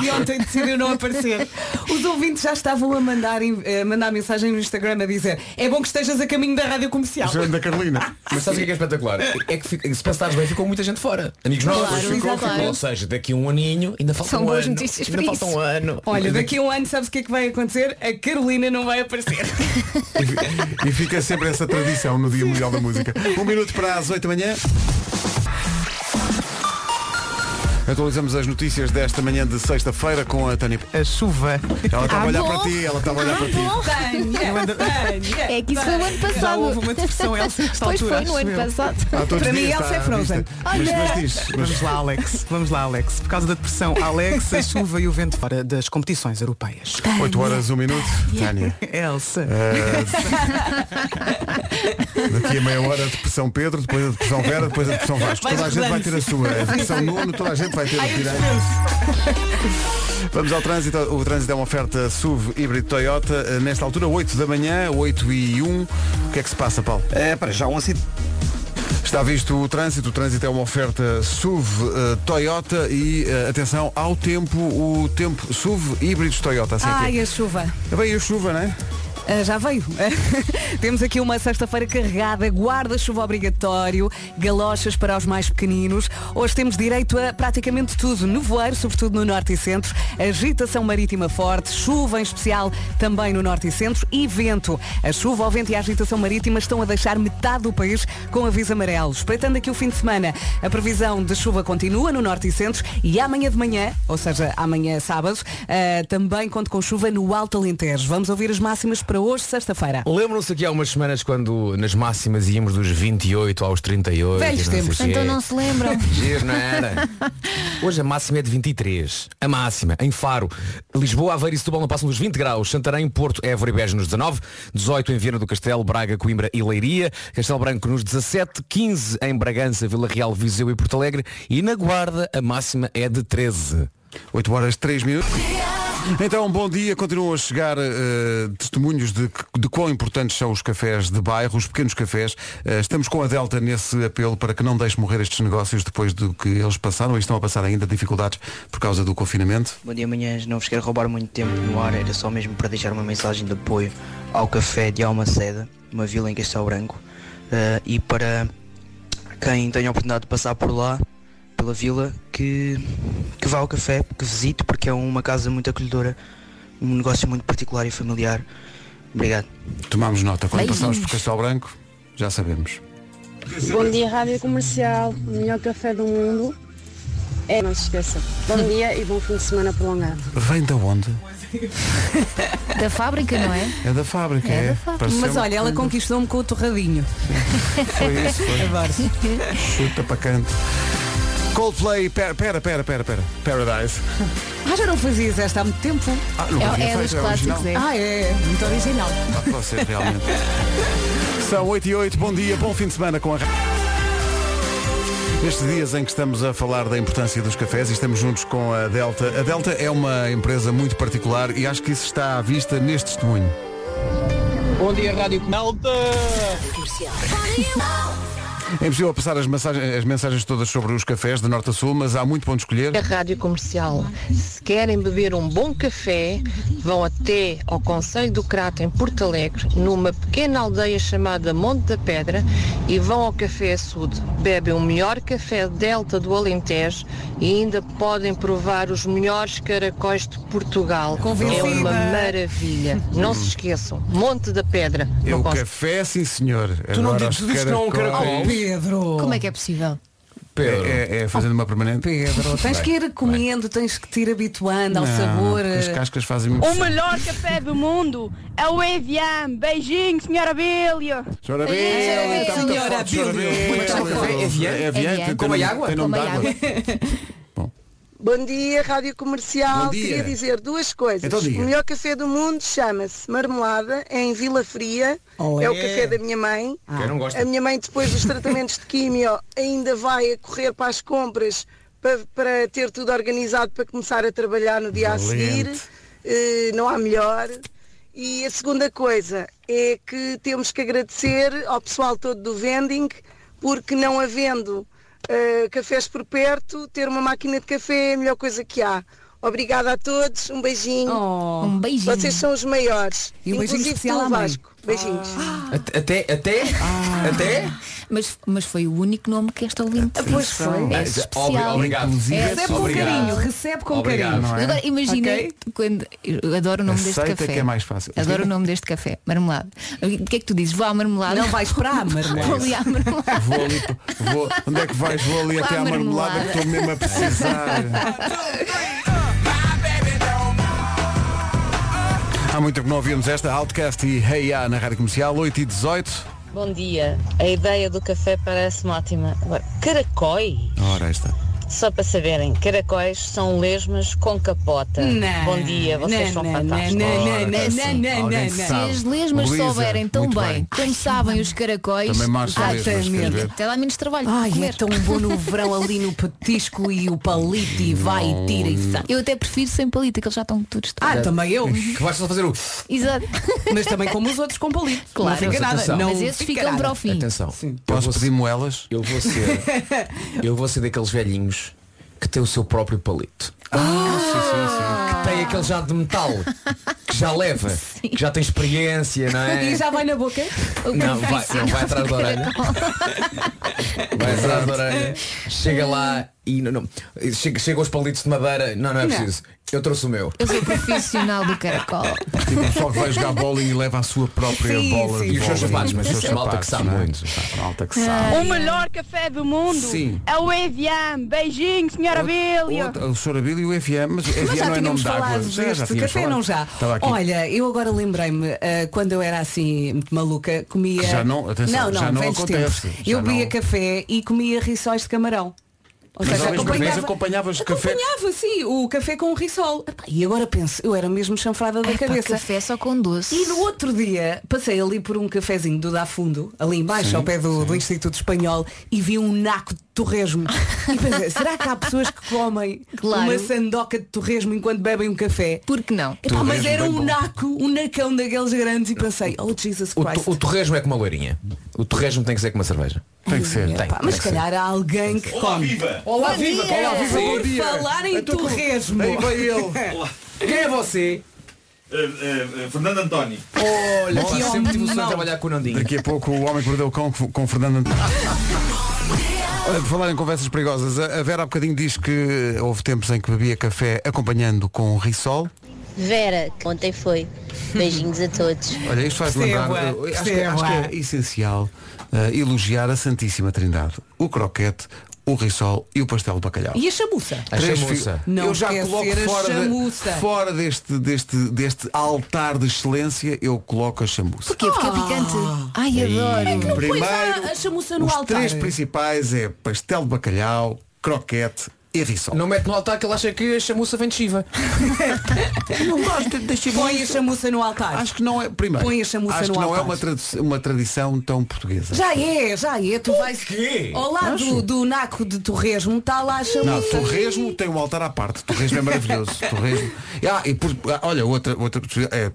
[SPEAKER 3] que ontem decidiu não aparecer. Os ouvintes já estavam a mandar, a mandar mensagem no Instagram a dizer é bom que estejas a caminho da rádio comercial.
[SPEAKER 2] é
[SPEAKER 1] da Carolina.
[SPEAKER 5] Mas sabes o que é que é espetacular? É que fica- se pensares bem, ficou muita gente fora. Amigos nossos
[SPEAKER 4] Claro,
[SPEAKER 5] ficou,
[SPEAKER 4] claro.
[SPEAKER 5] ficou. Ou seja, daqui a um aninho ainda falta
[SPEAKER 4] São
[SPEAKER 5] um
[SPEAKER 4] boas
[SPEAKER 5] ano.
[SPEAKER 4] notícias
[SPEAKER 5] ainda
[SPEAKER 4] para
[SPEAKER 5] falta
[SPEAKER 4] isso.
[SPEAKER 5] um ano.
[SPEAKER 3] Olha, daqui a um ano sabes o que é que vai acontecer? A Carolina não vai aparecer.
[SPEAKER 1] Tá E fi- E fica sempre essa tradição no Dia Mundial da Música. Um minuto para as 8 da manhã. Atualizamos as notícias desta manhã de sexta-feira com a Tânia.
[SPEAKER 2] A chuva.
[SPEAKER 1] Ela estava a olhar
[SPEAKER 4] bom.
[SPEAKER 1] para ti, ela estava a olhar para ti.
[SPEAKER 3] Tânia, Tânia,
[SPEAKER 4] Ah, É que isso foi o ano
[SPEAKER 3] Tânia.
[SPEAKER 4] passado.
[SPEAKER 2] uma depressão, Elsa, nesta
[SPEAKER 4] Pois foi
[SPEAKER 2] acho
[SPEAKER 4] no ano
[SPEAKER 2] eu.
[SPEAKER 4] passado.
[SPEAKER 1] Há todos
[SPEAKER 3] Para
[SPEAKER 1] os
[SPEAKER 3] mim,
[SPEAKER 1] dias
[SPEAKER 3] Elsa
[SPEAKER 1] está
[SPEAKER 3] é
[SPEAKER 1] à
[SPEAKER 3] Frozen.
[SPEAKER 1] vista. Mas, mas diz, mas
[SPEAKER 2] Vamos lá, Alex. Vamos lá, Alex. Por causa da depressão, Alex, a chuva e o vento fora das competições europeias.
[SPEAKER 1] 8 horas, 1 minuto. Tânia. Eh,
[SPEAKER 2] Elsa.
[SPEAKER 1] Daqui a meia hora a depressão Pedro, depois a depressão Vera, depois a depressão Vasco.
[SPEAKER 3] Vais
[SPEAKER 1] Toda a gente vai ter a sua. É A depressão Nuno, toda a gente vai ter a direita. Vamos ao trânsito. O trânsito é uma oferta SUV híbrido Toyota. Eh, Nesta altura, 8 da manhã, 8 e 1. O que é que se passa, Paulo?
[SPEAKER 2] É, para já um acidente.
[SPEAKER 1] Está visto o trânsito. O trânsito é uma oferta SUV eh, Toyota e, eh, atenção, ao tempo, o tempo SUV híbridos Toyota. Assim é que
[SPEAKER 3] Ai, a chuva.
[SPEAKER 1] é. Veio a chuva, não é?
[SPEAKER 3] Ah, já veio. Temos aqui uma sexta-feira carregada, guarda-chuva obrigatório, galochas para os mais pequeninos. Hoje temos direito a praticamente tudo, nevoeiro, sobretudo no norte e centro, agitação marítima forte, chuva em especial também no norte e centro e vento. A chuva, o vento e a agitação marítima estão a deixar metade do país com aviso amarelo. Espreitando aqui o fim de semana, a previsão de chuva continua no norte e centro e amanhã de manhã, ou seja, amanhã sábado, ah, também conto com chuva no Alto Alentejo. Vamos ouvir as máximas para hoje, sexta-feira.
[SPEAKER 5] Lembram-se aqui há umas semanas quando nas máximas íamos dos 28 aos 38.
[SPEAKER 3] Velhos
[SPEAKER 5] e
[SPEAKER 1] é?
[SPEAKER 5] não sei
[SPEAKER 3] tempos.
[SPEAKER 5] o quê.
[SPEAKER 4] Então não se lembram.
[SPEAKER 5] Giro, não era? Hoje a máxima é de 23. A máxima, em Faro. Lisboa, Aveiro e Setúbal não passam dos 20 graus. Santarém, Porto, Évora e Beja nos 19. 18 em Viana do Castelo, Braga, Coimbra e Leiria. Castelo Branco nos 17. 15 em Bragança, Vila Real, Viseu e Porto Alegre. E na Guarda a máxima é de 13.
[SPEAKER 1] 8 horas 3 minutos. Então, bom dia. Continuam a chegar eh, testemunhos de, de quão importantes são os cafés de bairro, os pequenos cafés. Eh, estamos com a Delta nesse apelo para que não deixe morrer estes negócios depois do que eles passaram e estão a passar ainda dificuldades por causa do confinamento.
[SPEAKER 10] Bom dia, manhãs. Não vos quero roubar muito tempo no ar. Era só mesmo para deixar uma mensagem de apoio ao Café de Almaceda, uma vila em Castelo Branco. eh, e para quem tenha a oportunidade de passar por lá, pela vila, que, que vá ao café, que visite, porque é uma casa muito acolhedora, um negócio muito particular e familiar. Obrigado.
[SPEAKER 1] Tomámos nota. Quando
[SPEAKER 4] Beijinhos.
[SPEAKER 1] passamos por Castelo Branco, já sabemos.
[SPEAKER 9] Bom dia, Rádio Comercial, o melhor café do mundo. É, não se esqueça. Bom dia e bom fim de semana prolongado.
[SPEAKER 1] Vem da onde?
[SPEAKER 4] Da fábrica, não é?
[SPEAKER 1] É da fábrica.
[SPEAKER 4] É da
[SPEAKER 1] é.
[SPEAKER 4] fábrica.
[SPEAKER 1] Pareceu-
[SPEAKER 3] Mas olha, ela conquistou-me com o torradinho.
[SPEAKER 1] Foi isso, foi.
[SPEAKER 3] Adoro.
[SPEAKER 1] Chuta para canto. Coldplay, pera, pera, pera, pera, pera. Paradise.
[SPEAKER 3] Ah, já não fazias esta há muito tempo.
[SPEAKER 1] Ah, nunca
[SPEAKER 4] É-
[SPEAKER 1] havia
[SPEAKER 4] é
[SPEAKER 1] feito,
[SPEAKER 4] dos
[SPEAKER 1] é
[SPEAKER 4] clássicos,
[SPEAKER 1] original.
[SPEAKER 4] é.
[SPEAKER 3] Ah, é, muito original.
[SPEAKER 1] Ah, você realmente. São 8 e 8, bom dia, bom fim de semana com a Ra- estes dias em que estamos a falar da importância dos cafés e estamos juntos com a Delta. A Delta é uma empresa muito particular e acho que isso está à vista neste testemunho.
[SPEAKER 8] Bom dia, Rádio Malta!
[SPEAKER 1] É impossível passar as mensagens, as mensagens todas sobre os cafés de norte a sul, mas há muito para onde escolher.
[SPEAKER 3] É
[SPEAKER 12] A Rádio Comercial. Se querem beber um bom café, vão até ao Conselho do Crato, em Porto Alegre, numa pequena aldeia chamada Monte da Pedra, e vão ao Café Açude. Bebem o melhor café Delta do Alentejo e ainda podem provar os melhores caracóis de Portugal. É
[SPEAKER 3] Convencida.
[SPEAKER 12] uma maravilha. Não se esqueçam, Monte da Pedra.
[SPEAKER 1] É
[SPEAKER 12] no
[SPEAKER 1] o
[SPEAKER 12] Conselho.
[SPEAKER 1] café, sim senhor.
[SPEAKER 5] Tu não
[SPEAKER 1] Agora
[SPEAKER 5] dizes-
[SPEAKER 1] os
[SPEAKER 5] dizes que não é um
[SPEAKER 1] caracóis-
[SPEAKER 5] caracol?
[SPEAKER 3] Pedro.
[SPEAKER 4] Como é que é possível?
[SPEAKER 5] Pedro.
[SPEAKER 1] É, é- é fazendo uma permanente.
[SPEAKER 3] Pedro, Oh. tens que ir comendo, tens que te ir habituando ao
[SPEAKER 1] Não,
[SPEAKER 3] sabor.
[SPEAKER 1] As
[SPEAKER 3] eh,
[SPEAKER 1] cascas fazem muito.
[SPEAKER 9] melhor café do mundo é o Evian. Beijinho, senhora Bílio.
[SPEAKER 1] Chora Bílio,
[SPEAKER 4] Ei, ei,
[SPEAKER 1] está tá muito
[SPEAKER 3] É, senhora
[SPEAKER 1] forte, chora
[SPEAKER 3] Bílio.
[SPEAKER 1] Bílio.
[SPEAKER 5] Como é que chama o café?
[SPEAKER 1] É
[SPEAKER 5] É Vian?
[SPEAKER 1] Vian, tem-
[SPEAKER 4] É Vian.
[SPEAKER 1] tem
[SPEAKER 4] Come
[SPEAKER 1] nome-
[SPEAKER 5] água?
[SPEAKER 1] Tem nome
[SPEAKER 4] Come
[SPEAKER 1] de água.
[SPEAKER 9] Bom dia, Rádio Comercial.
[SPEAKER 1] Bom dia.
[SPEAKER 9] Queria dizer duas coisas.
[SPEAKER 1] Então diga.
[SPEAKER 9] o melhor café do mundo chama-se Marmelada, é em Vila Fria,
[SPEAKER 3] Oh,
[SPEAKER 9] é o
[SPEAKER 5] é?
[SPEAKER 9] café da minha mãe.
[SPEAKER 5] Quem não
[SPEAKER 9] A
[SPEAKER 5] gosta?
[SPEAKER 9] minha mãe, depois dos tratamentos de químio, ainda vai a correr para as compras para, para ter tudo organizado para começar a trabalhar no dia a seguir.
[SPEAKER 1] Valente.
[SPEAKER 9] Eh, não há melhor. E a segunda coisa é que temos que agradecer ao pessoal todo do vending, porque não havendo eh, cafés por perto, ter uma máquina de café é a melhor coisa que há. Obrigada a todos, um beijinho.
[SPEAKER 3] Oh.
[SPEAKER 4] Um beijinho.
[SPEAKER 9] Vocês são os maiores,
[SPEAKER 3] E um beijinho
[SPEAKER 9] inclusive
[SPEAKER 3] especial à
[SPEAKER 9] pelo
[SPEAKER 3] mãe.
[SPEAKER 9] Vasco. Beijinhos.
[SPEAKER 5] At- Até, até,
[SPEAKER 1] Ah,
[SPEAKER 5] até.
[SPEAKER 4] Mas, mas foi o único nome que esta
[SPEAKER 3] Ah,
[SPEAKER 4] ouvinte Pois
[SPEAKER 1] Ah,
[SPEAKER 4] foi. É especial.
[SPEAKER 5] Obri- Obrigado.
[SPEAKER 1] Inclusive,
[SPEAKER 4] É,
[SPEAKER 3] Recebe com
[SPEAKER 5] Obrigado.
[SPEAKER 3] carinho, recebe com
[SPEAKER 5] Obrigado.
[SPEAKER 3] carinho.
[SPEAKER 1] Não é?
[SPEAKER 4] Agora imagina
[SPEAKER 3] Ok.
[SPEAKER 4] quando eu adoro o nome
[SPEAKER 1] Aceita
[SPEAKER 4] deste café.
[SPEAKER 1] que é mais fácil.
[SPEAKER 4] Adoro o nome deste café, marmelada. O que é que tu dizes? Vou à marmelada.
[SPEAKER 3] Não vais para a marmelada.
[SPEAKER 4] Vou ali à marmelada.
[SPEAKER 1] Vou ali, vou- onde é que vais? Vou ali
[SPEAKER 4] Vá
[SPEAKER 1] até à
[SPEAKER 4] à
[SPEAKER 1] marmelada,
[SPEAKER 4] marmelada.
[SPEAKER 1] que estou mesmo a é precisar. Há muito que não ouvimos esta Outcast e Hey Ya na Rádio Comercial, 8 e 18.
[SPEAKER 12] Bom dia. A ideia do café parece-me ótima. Agora, caracóis?
[SPEAKER 1] Ora aí está.
[SPEAKER 12] Só para saberem, caracóis são lesmas com capota.
[SPEAKER 3] Não,
[SPEAKER 12] Bom dia, vocês
[SPEAKER 3] não,
[SPEAKER 12] são
[SPEAKER 3] não,
[SPEAKER 12] fantásticos.
[SPEAKER 3] não, não,
[SPEAKER 1] Ora,
[SPEAKER 3] não,
[SPEAKER 1] cá
[SPEAKER 3] não,
[SPEAKER 1] está. Alguém
[SPEAKER 3] não, não,
[SPEAKER 1] que
[SPEAKER 3] não.
[SPEAKER 4] Se
[SPEAKER 1] sabe.
[SPEAKER 4] as lesmas
[SPEAKER 1] Luísa,
[SPEAKER 4] souberem tão
[SPEAKER 1] muito
[SPEAKER 4] bem, como sabem os caracóis,
[SPEAKER 1] Também marcham
[SPEAKER 4] ai,
[SPEAKER 1] lesmas, queres
[SPEAKER 4] tem-
[SPEAKER 1] ver?
[SPEAKER 4] até dá menos trabalho. para
[SPEAKER 3] Ai, é
[SPEAKER 4] comer.
[SPEAKER 3] tão bom no verão ali no petisco e o palito e vai e tira e sai.
[SPEAKER 4] Eu até prefiro sem palito, que eles já estão todos
[SPEAKER 3] Ah,
[SPEAKER 4] torrados.
[SPEAKER 3] também eu.
[SPEAKER 5] Que basta só fazer o.
[SPEAKER 4] Exato.
[SPEAKER 3] Mas também como um os outros com palito.
[SPEAKER 4] Claro.
[SPEAKER 3] Não fica
[SPEAKER 4] Mas
[SPEAKER 3] nada.
[SPEAKER 5] atenção.
[SPEAKER 3] Não
[SPEAKER 4] Mas esses
[SPEAKER 3] fica
[SPEAKER 4] ficam
[SPEAKER 3] nada.
[SPEAKER 4] para o fim.
[SPEAKER 5] Atenção. Eu
[SPEAKER 1] Posso
[SPEAKER 5] vou,
[SPEAKER 1] pedir
[SPEAKER 5] ser,
[SPEAKER 1] moelas?
[SPEAKER 5] eu vou ser. Eu vou ser daqueles velhinhos que tem o seu próprio palito.
[SPEAKER 11] Ah,
[SPEAKER 1] Ah.
[SPEAKER 5] Que tem aquele já de metal. Que já leva. Que já tem experiência, não é?
[SPEAKER 3] E já vai na boca.
[SPEAKER 4] O
[SPEAKER 5] Não,
[SPEAKER 4] café
[SPEAKER 5] vai, não, vai atrás da orelha. Vai atrás da orelha. Chega lá e não, não. Chega, chega aos palitos de madeira. Não, não é
[SPEAKER 3] Não.
[SPEAKER 5] preciso. Eu trouxe o meu.
[SPEAKER 4] Eu sou profissional do caracol.
[SPEAKER 1] Tipo, o pessoal que vai jogar bowling e leva a sua própria
[SPEAKER 3] Sim,
[SPEAKER 1] bola
[SPEAKER 3] sim.
[SPEAKER 1] de
[SPEAKER 5] E os seus
[SPEAKER 1] bowling.
[SPEAKER 5] sapatos, mas os seus malta que
[SPEAKER 1] sapatos,
[SPEAKER 5] sabe
[SPEAKER 1] não é?
[SPEAKER 5] muito.
[SPEAKER 1] Malta
[SPEAKER 3] Ah,
[SPEAKER 1] que sabe.
[SPEAKER 3] é.
[SPEAKER 9] O melhor café do mundo
[SPEAKER 1] Sim.
[SPEAKER 9] é o Evian. Beijinho, senhora
[SPEAKER 1] Outra- O Sr. Abílio e o FM, mas o FM
[SPEAKER 3] Mas já
[SPEAKER 1] não é nome
[SPEAKER 3] tínhamos
[SPEAKER 1] de água.
[SPEAKER 3] falado
[SPEAKER 1] Já, já
[SPEAKER 3] deste
[SPEAKER 1] tínhamos
[SPEAKER 3] café,
[SPEAKER 1] falado.
[SPEAKER 3] não já?
[SPEAKER 1] Estava aqui.
[SPEAKER 3] Olha, eu agora lembrei-me, ah, quando eu era assim, muito maluca, comia.
[SPEAKER 1] Que já não- atenção,
[SPEAKER 3] não, não,
[SPEAKER 1] já não
[SPEAKER 3] velhos
[SPEAKER 1] acontece.
[SPEAKER 3] tempos.
[SPEAKER 1] Já
[SPEAKER 3] Eu bebia
[SPEAKER 1] não-
[SPEAKER 3] café e comia rissóis de camarão. Ou
[SPEAKER 1] Mas ao mesmo tempo acompanhavas café-
[SPEAKER 3] Acompanhava, sim, o café com o rissol. Epá, E agora penso, eu era mesmo chanfrada da
[SPEAKER 4] Epá,
[SPEAKER 3] cabeça.
[SPEAKER 4] café só com doce.
[SPEAKER 3] E no outro dia passei ali por um cafezinho do Dafundo, ali embaixo, ao pé do, do Instituto Espanhol, e vi um naco de torresmo. E pensei, será que há pessoas que comem
[SPEAKER 4] Claro.
[SPEAKER 3] uma sandoca de torresmo enquanto bebem um café?
[SPEAKER 4] Por que não?
[SPEAKER 3] Epá, mas
[SPEAKER 1] Torresmo
[SPEAKER 3] era
[SPEAKER 1] bem
[SPEAKER 3] um
[SPEAKER 1] bom.
[SPEAKER 3] naco, um nacão daqueles grandes e pensei, oh Jesus
[SPEAKER 5] O,
[SPEAKER 3] Christ.
[SPEAKER 5] to- o torresmo é como uma loirinha. O torresmo tem que ser como uma cerveja.
[SPEAKER 1] Tem que ser.
[SPEAKER 5] Tem.
[SPEAKER 3] Pá, mas se calhar há alguém que come.
[SPEAKER 5] Olá,
[SPEAKER 3] Bom dia! Por falar em
[SPEAKER 1] Então,
[SPEAKER 3] torresmo.
[SPEAKER 1] Aí vai ele.
[SPEAKER 5] Quem é você?
[SPEAKER 6] Eh, Fernando António.
[SPEAKER 5] Olha,
[SPEAKER 1] Olá,
[SPEAKER 5] faço sempre tive o sonho de trabalhar com o Nandinho.
[SPEAKER 1] Daqui a pouco o homem que mordeu o cão com com Fernando Ant- Ah, Por falar em conversas perigosas, a a Vera há bocadinho diz um que houve tempos em que bebia café acompanhando com rissol.
[SPEAKER 12] Vera, que ontem foi
[SPEAKER 13] Beijinhos a todos.
[SPEAKER 1] Olha, isto faz lembrar, eu- eu acho, que, acho que é essencial eh, elogiar a Santíssima Trindade, o croquete, o risol e o pastel de bacalhau.
[SPEAKER 3] E a chamuça?
[SPEAKER 1] Três
[SPEAKER 5] chamuça.
[SPEAKER 1] fi-
[SPEAKER 3] Não
[SPEAKER 1] eu já
[SPEAKER 3] esquecer
[SPEAKER 1] coloco
[SPEAKER 3] a
[SPEAKER 1] fora, de-
[SPEAKER 3] chamuça.
[SPEAKER 1] fora deste, deste, deste altar de excelência, eu coloco a chamuça.
[SPEAKER 4] Porquê? Porque é picante.
[SPEAKER 11] Ah,
[SPEAKER 4] Ai, adoro.
[SPEAKER 1] É que não pões Primeiro,
[SPEAKER 4] a, chamuça
[SPEAKER 1] Os três principais é pastel de bacalhau, croquete e risol.
[SPEAKER 5] Não mete no altar que ele acha que a chamuça vem de Shiva.
[SPEAKER 1] não gosto de chamuça.
[SPEAKER 3] Põe a chamuça no altar.
[SPEAKER 1] Acho que não é. Primeiro,
[SPEAKER 3] Põe a chamuça
[SPEAKER 1] acho
[SPEAKER 3] no
[SPEAKER 1] que não
[SPEAKER 3] altar.
[SPEAKER 1] é uma, tradi- uma tradição tão portuguesa.
[SPEAKER 3] Já é, já é. Tu vais.
[SPEAKER 1] quê?
[SPEAKER 3] Ao lado
[SPEAKER 1] Acho.
[SPEAKER 3] do, do naco de torresmo está lá a
[SPEAKER 1] Não,
[SPEAKER 3] chamuça.
[SPEAKER 1] torresmo tem um altar à parte. Torresmo é maravilhoso. torresmo. Ah, e por, ah, olha, outra, outra possibilidade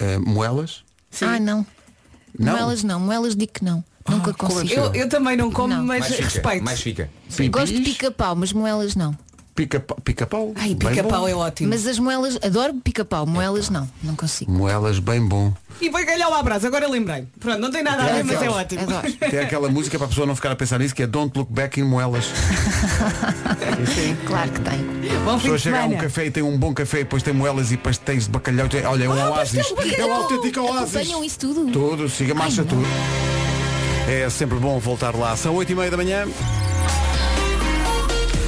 [SPEAKER 1] é, é, moelas.
[SPEAKER 4] Ah, não.
[SPEAKER 1] Não? Ah, é
[SPEAKER 4] Moelas não, moelas digo que não. Nunca consigo.
[SPEAKER 1] seu? Eu- eu
[SPEAKER 3] também não como,
[SPEAKER 4] mas
[SPEAKER 5] Mais fica.
[SPEAKER 4] Gosto de pica-pau, mas moelas não.
[SPEAKER 1] Pica, pica-pau.
[SPEAKER 4] Ai,
[SPEAKER 1] bem
[SPEAKER 3] é
[SPEAKER 1] bom.
[SPEAKER 4] Mas as moelas, adoro pica-pau, moelas não, não consigo.
[SPEAKER 1] Moelas bem bom.
[SPEAKER 3] E bacalhau à brasa, agora lembrei. Pronto, não tem nada a ver, mas é ótimo.
[SPEAKER 1] Tem aquela música para a pessoa não ficar a pensar nisso que é Don't Look Back in Moelas.
[SPEAKER 4] Claro que tem.
[SPEAKER 1] a pessoa chega a um café e tem um bom café e depois tem moelas e pastéis de bacalhau. Olha, é um
[SPEAKER 4] Oh,
[SPEAKER 1] oásis. É um autêntico oásis.
[SPEAKER 4] Acompanham isso tudo.
[SPEAKER 1] Tudo, siga, marcha tudo. É sempre bom voltar lá. São 8 e meia da manhã.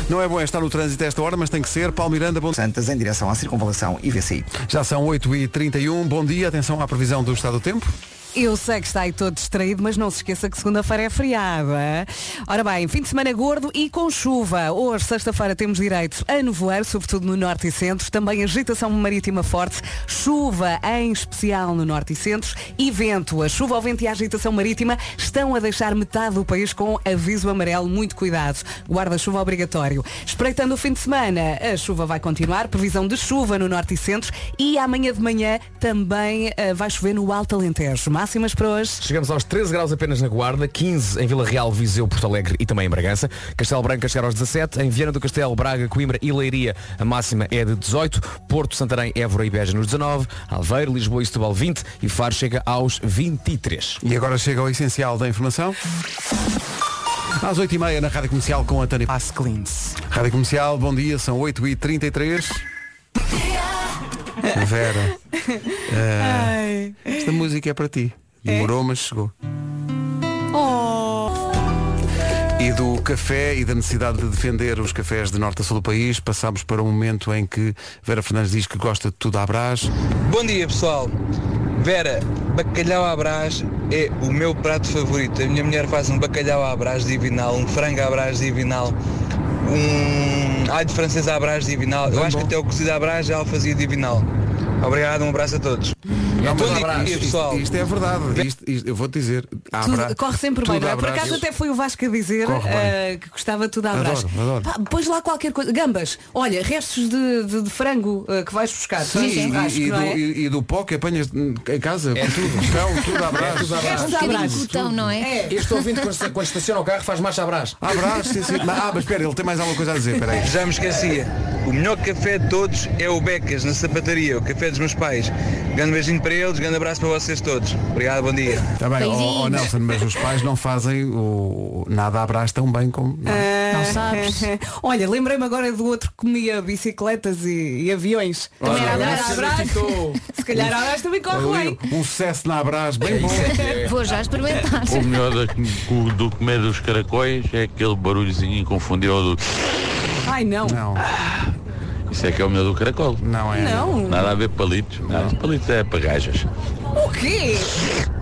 [SPEAKER 1] Não é bom estar no trânsito a esta hora, mas tem que ser. Paulo Miranda, bom...
[SPEAKER 14] Santas em direção à circunvalação IVCI.
[SPEAKER 1] Já são 8h31. Bom dia. Atenção à previsão do estado do tempo.
[SPEAKER 3] Eu sei que está aí todo distraído, mas não se esqueça que segunda-feira é feriado. hã? Ora bem, fim de semana gordo e com chuva. Hoje, sexta-feira, temos direito a nevoeiro, sobretudo no norte e centro. Também agitação marítima forte, chuva em especial no norte e centro e vento. A chuva, o vento e a agitação marítima estão a deixar metade do país com aviso amarelo. Muito cuidado. Guarda-chuva obrigatório. Espreitando o fim de semana, a chuva vai continuar. Previsão de chuva no norte e centro e amanhã de manhã também eh, vai chover no Alto Alentejo. Máximas para hoje.
[SPEAKER 5] Chegamos aos 13 graus apenas na Guarda, 15 em Vila Real, Viseu, Porto Alegre e também em Bragança. Castelo Branco a chegar aos 17, em Viana do Castelo, Braga, Coimbra e Leiria a máxima é de 18, Porto, Santarém, Évora e Beja nos 19, Aveiro, Lisboa e Setúbal 20 e Faro chega aos 23.
[SPEAKER 1] E agora chega ao essencial da informação. Às 8h30 na Rádio Comercial com a Tânia
[SPEAKER 2] Pasclins.
[SPEAKER 1] Rádio Comercial, bom dia, são 8h33. Vera, eh, esta música é para ti. Demorou, mas chegou. E do café e da necessidade de defender os cafés de norte a sul do país, passámos para o momento em que Vera Fernandes diz que gosta de tudo à brás.
[SPEAKER 15] Bom dia pessoal. Vera, bacalhau à brás é o meu prato favorito. A minha mulher faz um bacalhau à brás divinal, um frango à brás divinal, um alho francês à brás divinal. Eu acho que até o cozido à brás já o fazia divinal. Obrigado, um abraço a todos. Bom dia pessoal.
[SPEAKER 1] um Isto, isto é verdade. Isto- isto- eu vou te dizer. à
[SPEAKER 3] Tudo-
[SPEAKER 1] brás-
[SPEAKER 3] corre sempre
[SPEAKER 1] tudo
[SPEAKER 3] bem, não é?
[SPEAKER 1] à
[SPEAKER 3] Por
[SPEAKER 1] brás.
[SPEAKER 3] acaso até foi o Vasco a dizer
[SPEAKER 1] Corre bem.
[SPEAKER 3] eh, que gostava tudo à
[SPEAKER 1] Adoro,
[SPEAKER 3] brás.
[SPEAKER 1] adoro.
[SPEAKER 3] Pá, Põe lá qualquer coisa. Gambas, olha, restos de, de- de frango eh, que vais buscar.
[SPEAKER 1] Sim,
[SPEAKER 3] Faz
[SPEAKER 1] e,
[SPEAKER 3] churrasco,
[SPEAKER 1] e do,
[SPEAKER 3] não é?
[SPEAKER 1] e- e do pó que apanhas hum, em casa. É tudo. Cão, tudo à brás.
[SPEAKER 5] É tudo à brás. É um bocadinho cutão, não é? É. Este ouvinte, quando-
[SPEAKER 1] estaciona o carro faz marcha à brás. À brás, sim, sim. Mas- Ah, mas espera, ele tem mais alguma coisa a dizer, espera aí.
[SPEAKER 15] Já me esquecia. O melhor café de todos é o Becas, na sapataria, o café dos meus pais. Grande beijinho para eles, grande abraço para vocês todos. Obrigado, bom dia.
[SPEAKER 1] Está Tá bem, ó ó, Nelson, mas os pais não fazem o nada à brás tão bem como...
[SPEAKER 3] Ah, Não
[SPEAKER 4] sabes.
[SPEAKER 3] Olha, lembrei-me agora do outro que comia bicicletas e, e aviões.
[SPEAKER 1] Também
[SPEAKER 3] Se
[SPEAKER 1] era
[SPEAKER 3] calhar
[SPEAKER 1] Brás.
[SPEAKER 3] a Brás- Se calhar a Brás também corre bem.
[SPEAKER 1] Ali, Um sucesso na Brás, bem bom.
[SPEAKER 4] Vou já experimentar.
[SPEAKER 16] O melhor da- do, comer dos caracóis é aquele barulhozinho inconfundível do...
[SPEAKER 3] Ai não.
[SPEAKER 16] Isso é que é o melhor do caracol.
[SPEAKER 1] Não
[SPEAKER 3] é. Não.
[SPEAKER 16] Nada a ver palitos. Nada. Palitos é para gajas.
[SPEAKER 3] O quê?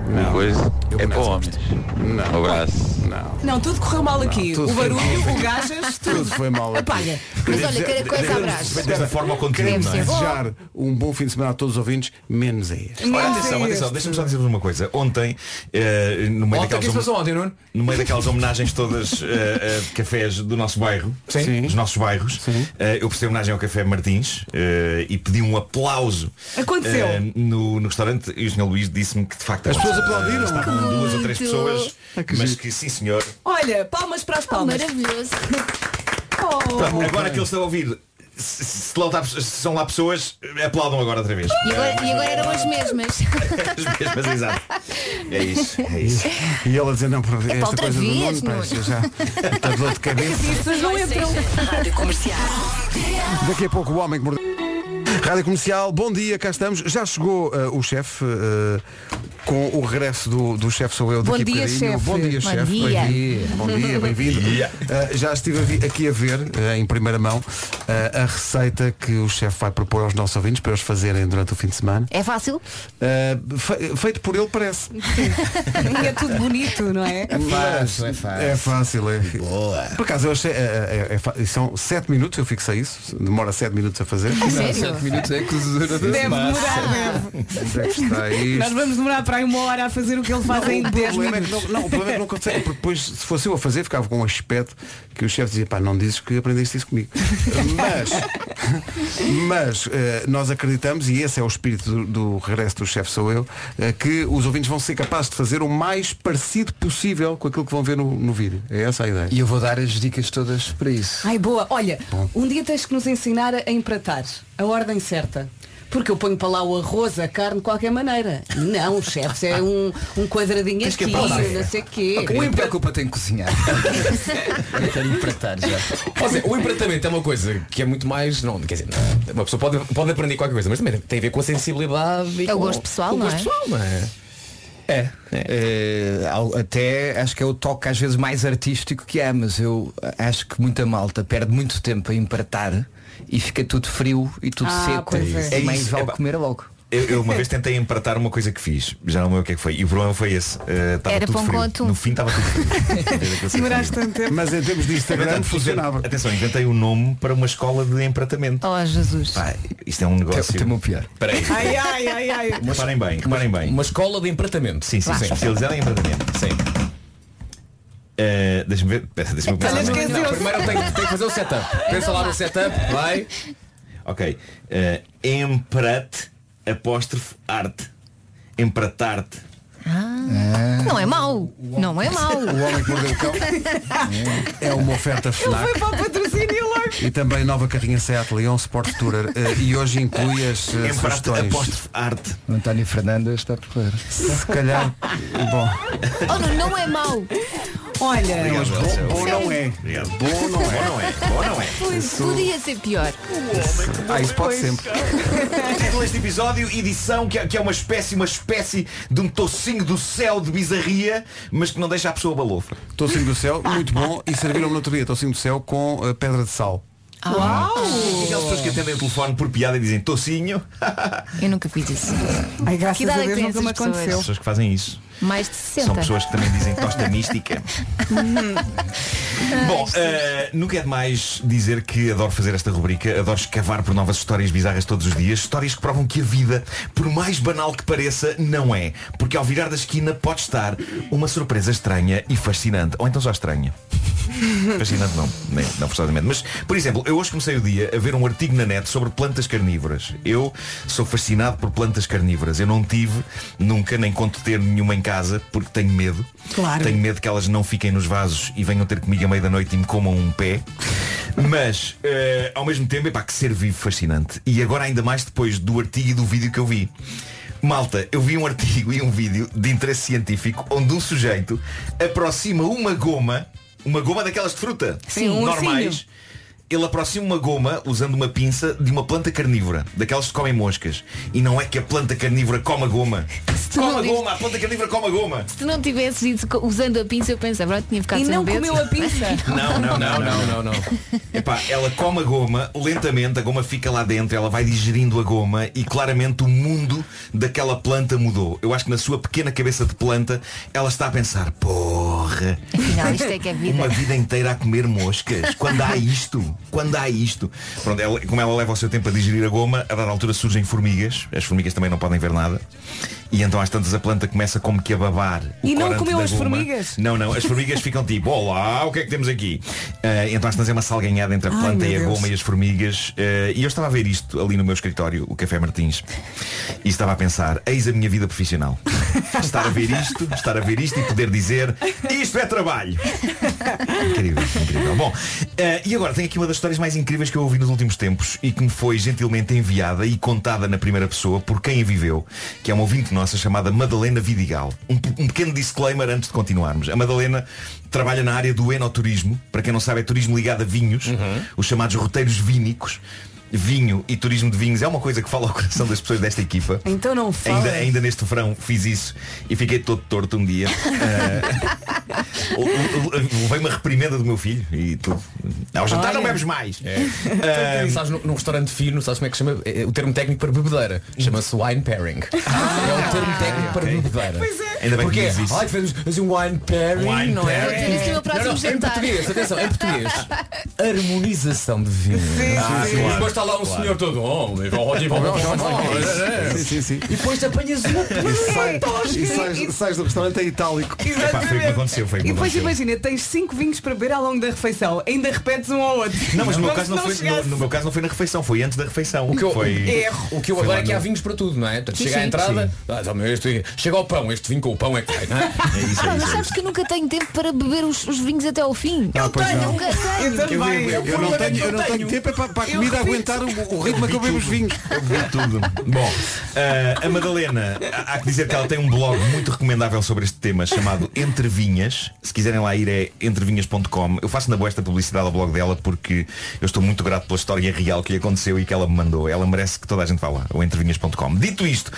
[SPEAKER 16] Uma coisa é para homens. Um abraço.
[SPEAKER 3] Não, tudo correu mal aqui.
[SPEAKER 16] tudo
[SPEAKER 3] o
[SPEAKER 16] foi
[SPEAKER 3] barulho,
[SPEAKER 16] mal.
[SPEAKER 3] o gajas, tudo.
[SPEAKER 1] Tudo foi mal.
[SPEAKER 3] Apaga.
[SPEAKER 4] Mas olha, cada coisa abraço.
[SPEAKER 1] Desta forma ao
[SPEAKER 4] Deve
[SPEAKER 1] Queremos
[SPEAKER 4] ser bom.
[SPEAKER 1] desejar um bom fim de semana a todos os ouvintes, menos a este.
[SPEAKER 17] Olha, atenção, atenção, deixa-me só dizer-vos uma coisa. Ontem, eh, no, meio
[SPEAKER 5] Ontem, o que
[SPEAKER 17] daquelas
[SPEAKER 5] se passou ontem, Nuno?
[SPEAKER 17] no meio daquelas homenagens todas eh, eh, de cafés do nosso bairro, Sim. dos nossos bairros, eh, eu prestei homenagem ao Café Martins eh, e pedi um aplauso
[SPEAKER 3] Aconteceu.
[SPEAKER 17] eh, no, no restaurante e o Sr. Luís disse-me que de facto
[SPEAKER 1] As pessoas
[SPEAKER 17] eh,
[SPEAKER 1] aplaudiram?
[SPEAKER 17] Estavam
[SPEAKER 1] Que
[SPEAKER 17] duas ou três
[SPEAKER 1] bonito.
[SPEAKER 17] pessoas,
[SPEAKER 1] Ah, que
[SPEAKER 17] mas
[SPEAKER 1] giro.
[SPEAKER 17] que sim senhor.
[SPEAKER 3] Olha, palmas para as palmas.
[SPEAKER 4] Oh,
[SPEAKER 3] Oh.
[SPEAKER 4] Maravilhoso.
[SPEAKER 3] Tá
[SPEAKER 1] Tá
[SPEAKER 17] Pronto, agora que eles estão a ouvir, se, se lá está- se são lá pessoas, aplaudam agora outra vez.
[SPEAKER 4] E agora, e agora eram as mesmas.
[SPEAKER 17] As mesmas, exato. É isso, é isso.
[SPEAKER 1] E ele a dizer, não, por-
[SPEAKER 4] para
[SPEAKER 1] esta
[SPEAKER 4] outra
[SPEAKER 1] coisa do
[SPEAKER 4] vez,
[SPEAKER 1] mundo
[SPEAKER 4] não é?
[SPEAKER 1] parece já está dor de cabeça.
[SPEAKER 3] é Vocês não entram.
[SPEAKER 1] Daqui a pouco o homem que mordeu. Rádio Comercial, bom dia, cá estamos. Já chegou eh, o chefe eh, com o regresso do, do chefe sou eu
[SPEAKER 3] Bom
[SPEAKER 1] daqui a
[SPEAKER 3] dia,
[SPEAKER 1] bocadinho.
[SPEAKER 3] chefe.
[SPEAKER 1] Bom dia,
[SPEAKER 3] Bom
[SPEAKER 1] chefe.
[SPEAKER 3] dia.
[SPEAKER 1] Bem-vindo. Bom dia, bem-vindo. Eh, já estive a vi- aqui a ver, eh, em primeira mão, eh, a receita que o chefe vai propor aos nossos ouvintes para eles fazerem durante o fim de semana.
[SPEAKER 4] É fácil?
[SPEAKER 1] Eh, fe- feito por ele parece.
[SPEAKER 3] e é tudo bonito, não é?
[SPEAKER 1] Mas
[SPEAKER 13] é fácil.
[SPEAKER 1] É fácil, é. Boa. Por acaso, eu achei, é, é, é fa- são 7 minutos, eu fixei isso. Demora 7 minutos a fazer.
[SPEAKER 3] A sério? Sete minutos
[SPEAKER 13] é
[SPEAKER 1] cozedura
[SPEAKER 3] Deve demorar, né?
[SPEAKER 1] Onde é que está
[SPEAKER 3] deve. Nós
[SPEAKER 1] isto?
[SPEAKER 3] vamos demorar para aí uma hora a fazer o que ele faz
[SPEAKER 1] Não,
[SPEAKER 3] em
[SPEAKER 1] o
[SPEAKER 3] 10
[SPEAKER 1] problema é que
[SPEAKER 3] minutos.
[SPEAKER 1] não, não, o problema é que não consegue, porque depois, se fosse eu a fazer, ficava com um aspecto que o chefe dizia, pá, não dizes que aprendeste isso comigo. Mas, mas eh, nós acreditamos, e esse é o espírito do, do regresso do chefe sou eu, eh, que os ouvintes vão ser capazes de fazer o mais parecido possível com aquilo que vão ver no, no vídeo. É essa a ideia.
[SPEAKER 13] E eu vou dar as dicas todas para isso.
[SPEAKER 3] Ai, boa. Olha,
[SPEAKER 13] Bom.
[SPEAKER 3] um dia tens que nos ensinar a empratar a ordem certa. Porque eu ponho para lá o arroz, a carne, de qualquer maneira. Não, chefe, é um, um quadradinho
[SPEAKER 13] Tens que
[SPEAKER 3] aqui,
[SPEAKER 13] apontar.
[SPEAKER 3] não sei o quê.
[SPEAKER 17] então.
[SPEAKER 3] Um
[SPEAKER 13] Ok,
[SPEAKER 5] é
[SPEAKER 13] não me preocupa, tenho que cozinhar. eu quero empratar já.
[SPEAKER 5] Ou seja, o empratamento é uma coisa que é muito mais. Não, quer dizer, não, uma pessoa pode, pode aprender qualquer coisa, mas também tem a ver com a sensibilidade e
[SPEAKER 4] É o
[SPEAKER 5] com-
[SPEAKER 4] gosto pessoal,
[SPEAKER 5] com o
[SPEAKER 4] não
[SPEAKER 5] gosto
[SPEAKER 4] é?
[SPEAKER 5] pessoal, não é?
[SPEAKER 13] É. Eh, ao- até acho que é o toque às vezes mais artístico que há, mas eu acho que muita malta perde muito tempo a empratar e fica tudo frio e tudo
[SPEAKER 3] Ah,
[SPEAKER 13] seco.
[SPEAKER 3] pois é.
[SPEAKER 13] E mais
[SPEAKER 17] É isso,
[SPEAKER 13] vale
[SPEAKER 17] epá.
[SPEAKER 13] comer logo.
[SPEAKER 17] Eu, eu uma vez tentei empratar uma coisa que fiz, já não lembro o que é que foi, e o problema foi esse. Eh, tava
[SPEAKER 4] Era
[SPEAKER 17] tudo
[SPEAKER 4] pão
[SPEAKER 17] frio.
[SPEAKER 4] com atum.
[SPEAKER 17] No fim estava tudo frio.
[SPEAKER 3] Demoraste tanto tempo.
[SPEAKER 1] Mas em termos de Instagram
[SPEAKER 17] funcionava. Atenção, inventei o nome para uma escola de empratamento.
[SPEAKER 4] Oh Jesus.
[SPEAKER 17] Pá, isto é um negócio.
[SPEAKER 13] Tem- tem o pior.
[SPEAKER 17] Peraí.
[SPEAKER 3] Ai, ai, ai, ai.
[SPEAKER 17] Reparem bem, reparem bem.
[SPEAKER 5] Uma escola de empratamento.
[SPEAKER 17] Sim, sim,
[SPEAKER 5] Vá.
[SPEAKER 17] sim. Especializada em empratamento. Sim. deixa-me ver. Peça, deixa-me
[SPEAKER 5] Não,
[SPEAKER 17] pensar.
[SPEAKER 5] não,
[SPEAKER 17] bem.
[SPEAKER 5] não, primeiro eu tenho, tenho que fazer o setup. Pensa lá no setup, vai.
[SPEAKER 17] Ok. Eh, emprat apóstrofe arte. Empratar-te.
[SPEAKER 4] Ah, Não é mau. Não é mau.
[SPEAKER 1] O Homem que Mordeu o Cão. É uma oferta FNAC.
[SPEAKER 3] para o patrocínio logo.
[SPEAKER 1] E também nova carrinha Seat Leon Sport Tourer eh, E hoje inclui as eh,
[SPEAKER 13] Empate,
[SPEAKER 1] sugestões
[SPEAKER 13] apóstrofe,
[SPEAKER 17] arte.
[SPEAKER 13] António Fernandes está por fora.
[SPEAKER 1] Se calhar Bom
[SPEAKER 4] Oh, não, não é mau.
[SPEAKER 3] Olha,
[SPEAKER 1] mas bom, bom não é Bom não é
[SPEAKER 17] Bom não é. Bom não é.
[SPEAKER 4] Podia ser pior.
[SPEAKER 1] Ah, isso pode sempre
[SPEAKER 17] Título deste episódio, edição, que é, que é uma espécie, uma espécie de um tocinho do céu de bizarria, mas que não deixa a pessoa balofra.
[SPEAKER 1] Tocinho do céu, muito bom E serviram-me no outro dia Tocinho do céu com eh, pedra de sal
[SPEAKER 4] Ah.
[SPEAKER 17] Aquelas pessoas que atendem o telefone por piada e dizem tocinho.
[SPEAKER 4] Eu nunca fiz isso.
[SPEAKER 3] Ai, graças
[SPEAKER 4] que
[SPEAKER 3] a
[SPEAKER 4] idade é que
[SPEAKER 3] Deus
[SPEAKER 4] têm
[SPEAKER 3] nunca me
[SPEAKER 4] essas pessoas?
[SPEAKER 17] As pessoas que fazem isso.
[SPEAKER 4] Mais de
[SPEAKER 17] São
[SPEAKER 4] 60.
[SPEAKER 17] pessoas que também dizem tosta mística. Bom, eh, nunca é demais dizer que adoro fazer esta rubrica, adoro escavar por novas histórias bizarras todos os dias, histórias que provam que a vida, por mais banal que pareça, não é. Porque ao virar da esquina pode estar uma surpresa estranha e fascinante. Ou então só estranha. Fascinante não, nem, não forçadamente. Mas, por exemplo, eu hoje comecei o dia a ver um artigo na net sobre plantas carnívoras. Eu sou fascinado por plantas carnívoras. Eu não tive, nunca, nem conto ter nenhuma em casa, porque tenho medo.
[SPEAKER 3] Claro.
[SPEAKER 17] Tenho medo que elas não fiquem nos vasos e venham ter comigo à meia da noite e me comam um pé. Mas, eh, ao mesmo tempo, é pá, que ser vivo fascinante. E agora ainda mais depois do artigo e do vídeo que eu vi. Malta, eu vi um artigo e um vídeo de interesse científico onde um sujeito aproxima uma goma, uma goma daquelas de fruta,
[SPEAKER 4] Sim, um
[SPEAKER 17] normais.
[SPEAKER 4] ursinho.
[SPEAKER 17] Ele aproxima uma goma, usando uma pinça, de uma planta carnívora, daquelas que comem moscas. E não é que a planta carnívora come a goma.
[SPEAKER 4] tu
[SPEAKER 17] Come
[SPEAKER 4] não
[SPEAKER 17] a
[SPEAKER 4] dizes-
[SPEAKER 17] goma, a planta carnívora come a goma.
[SPEAKER 4] Se não tivesses ido co- usando a pinça, eu pensava, pronto, tinha ficado
[SPEAKER 3] E
[SPEAKER 4] sem
[SPEAKER 3] não
[SPEAKER 4] dedo.
[SPEAKER 3] comeu a pinça?
[SPEAKER 17] Não, não, não, não, não, não. Epá, ela come a goma lentamente, a goma fica lá dentro, ela vai digerindo a goma e claramente o mundo daquela planta mudou. Eu acho que na sua pequena cabeça de planta ela está a pensar, porra,
[SPEAKER 4] Afinal, isto é que é vida.
[SPEAKER 17] uma vida inteira a comer moscas. Quando há isto? Quando há isto? Pronto, ela- como ela leva o seu tempo a digerir a goma, a dada altura surgem formigas. As formigas também não podem ver nada. E então às tantas a planta começa como que a babar. o
[SPEAKER 3] E não
[SPEAKER 17] corante
[SPEAKER 3] comeu
[SPEAKER 17] da
[SPEAKER 3] as
[SPEAKER 17] goma.
[SPEAKER 3] formigas?
[SPEAKER 17] Não, não, as formigas ficam tipo, olá, o que é que temos aqui? Eh, então às tantas é uma salganhada entre a
[SPEAKER 3] Ai,
[SPEAKER 17] planta
[SPEAKER 3] meu
[SPEAKER 17] e a
[SPEAKER 3] Deus.
[SPEAKER 17] goma e as formigas. Eh, e eu estava a ver isto ali no meu escritório, o Café Martins, e estava a pensar, eis a minha vida profissional. estar a ver isto, estar a ver isto e poder dizer, isto é trabalho. Incrível, incrível. Bom, eh, e agora tenho aqui uma das histórias mais incríveis que eu ouvi nos últimos tempos e que me foi gentilmente enviada e contada na primeira pessoa por quem a viveu, que é uma ouvinte nossa chamada Madalena Vidigal. Um, pe- um pequeno disclaimer antes de continuarmos. A Madalena trabalha na área do enoturismo, para quem não sabe é turismo ligado a vinhos, os chamados roteiros vínicos. vinho e turismo de vinhos é uma coisa que fala ao coração das pessoas desta equipa.
[SPEAKER 3] Então não
[SPEAKER 17] Ainda,
[SPEAKER 3] fala.
[SPEAKER 17] ainda neste verão fiz isso e fiquei todo torto um dia. Ah, Levei-me a reprimenda do meu filho e tudo. Ao jantar não
[SPEAKER 5] Olha.
[SPEAKER 17] bebes mais.
[SPEAKER 5] É. Um... Sabes, num, num restaurante fino, sabes como é que chama? É, o termo técnico para bebedeira. Chama-se wine pairing. é o termo técnico para bebedeira. Pois é.
[SPEAKER 17] Ainda bem que
[SPEAKER 5] Porque
[SPEAKER 17] diz isso.
[SPEAKER 5] Ai, fazemos assim um wine pairing,
[SPEAKER 17] Wine
[SPEAKER 5] não é?
[SPEAKER 17] pairing. Vou ter isso no meu
[SPEAKER 5] não,
[SPEAKER 4] próximo
[SPEAKER 5] não, em
[SPEAKER 4] jantar.
[SPEAKER 5] português, atenção, em português. Harmonização de vinho.
[SPEAKER 4] Sim,
[SPEAKER 5] Ah,
[SPEAKER 4] sim.
[SPEAKER 5] E depois está lá um
[SPEAKER 4] Claro.
[SPEAKER 5] senhor todo. Oh, e vão- e vão-
[SPEAKER 1] Não, não, não,
[SPEAKER 5] vão- vão-
[SPEAKER 16] é.
[SPEAKER 1] não. Sim, sim, sim.
[SPEAKER 5] E depois apanhas uma
[SPEAKER 1] E sai- e sais, sais do restaurante em itálico.
[SPEAKER 3] Epá, foi o que
[SPEAKER 17] aconteceu, foi
[SPEAKER 3] E depois imagina, tens cinco vinhos para beber ao longo da refeição, ainda repetes um ao outro.
[SPEAKER 17] Não, mas no meu,
[SPEAKER 3] Como se
[SPEAKER 17] caso não foi, no,
[SPEAKER 3] chegasse.
[SPEAKER 17] no meu caso não foi na refeição, foi antes da refeição.
[SPEAKER 5] O que eu,
[SPEAKER 17] foi,
[SPEAKER 5] erro. O que eu
[SPEAKER 17] foi
[SPEAKER 5] adoro
[SPEAKER 17] lá
[SPEAKER 5] é que
[SPEAKER 17] no-
[SPEAKER 5] há vinhos para tudo, não é? Portanto,
[SPEAKER 4] Sim,
[SPEAKER 5] chega à
[SPEAKER 4] sim.
[SPEAKER 5] entrada, ah, toma, este- chega ao pão, este vinho com o pão é que cai, não é? É
[SPEAKER 4] Ah, mas sabes que eu nunca tenho tempo para beber os, os vinhos até ao fim.
[SPEAKER 5] Ah,
[SPEAKER 4] eu
[SPEAKER 5] pois
[SPEAKER 4] tenho, um
[SPEAKER 5] não.
[SPEAKER 4] nunca tenho.
[SPEAKER 1] Eu, eu, eu, não tenho, eu não tenho tempo é para, para a
[SPEAKER 4] Eu
[SPEAKER 1] comida
[SPEAKER 4] repito.
[SPEAKER 1] aguentar o, o ritmo que eu bebo os vinhos.
[SPEAKER 17] Eu bebi tudo. Bom, eh, a Madalena, há há que dizer que ela tem um blog muito recomendável sobre este tema chamado Entre Vinhas. Se quiserem lá ir é entrevinhas.com. Eu faço na boa esta publicidade ao blog dela porque eu estou muito grato pela história real que lhe aconteceu e que ela me mandou. Ela merece que toda a gente vá lá, o entrevinhas.com. Dito isto,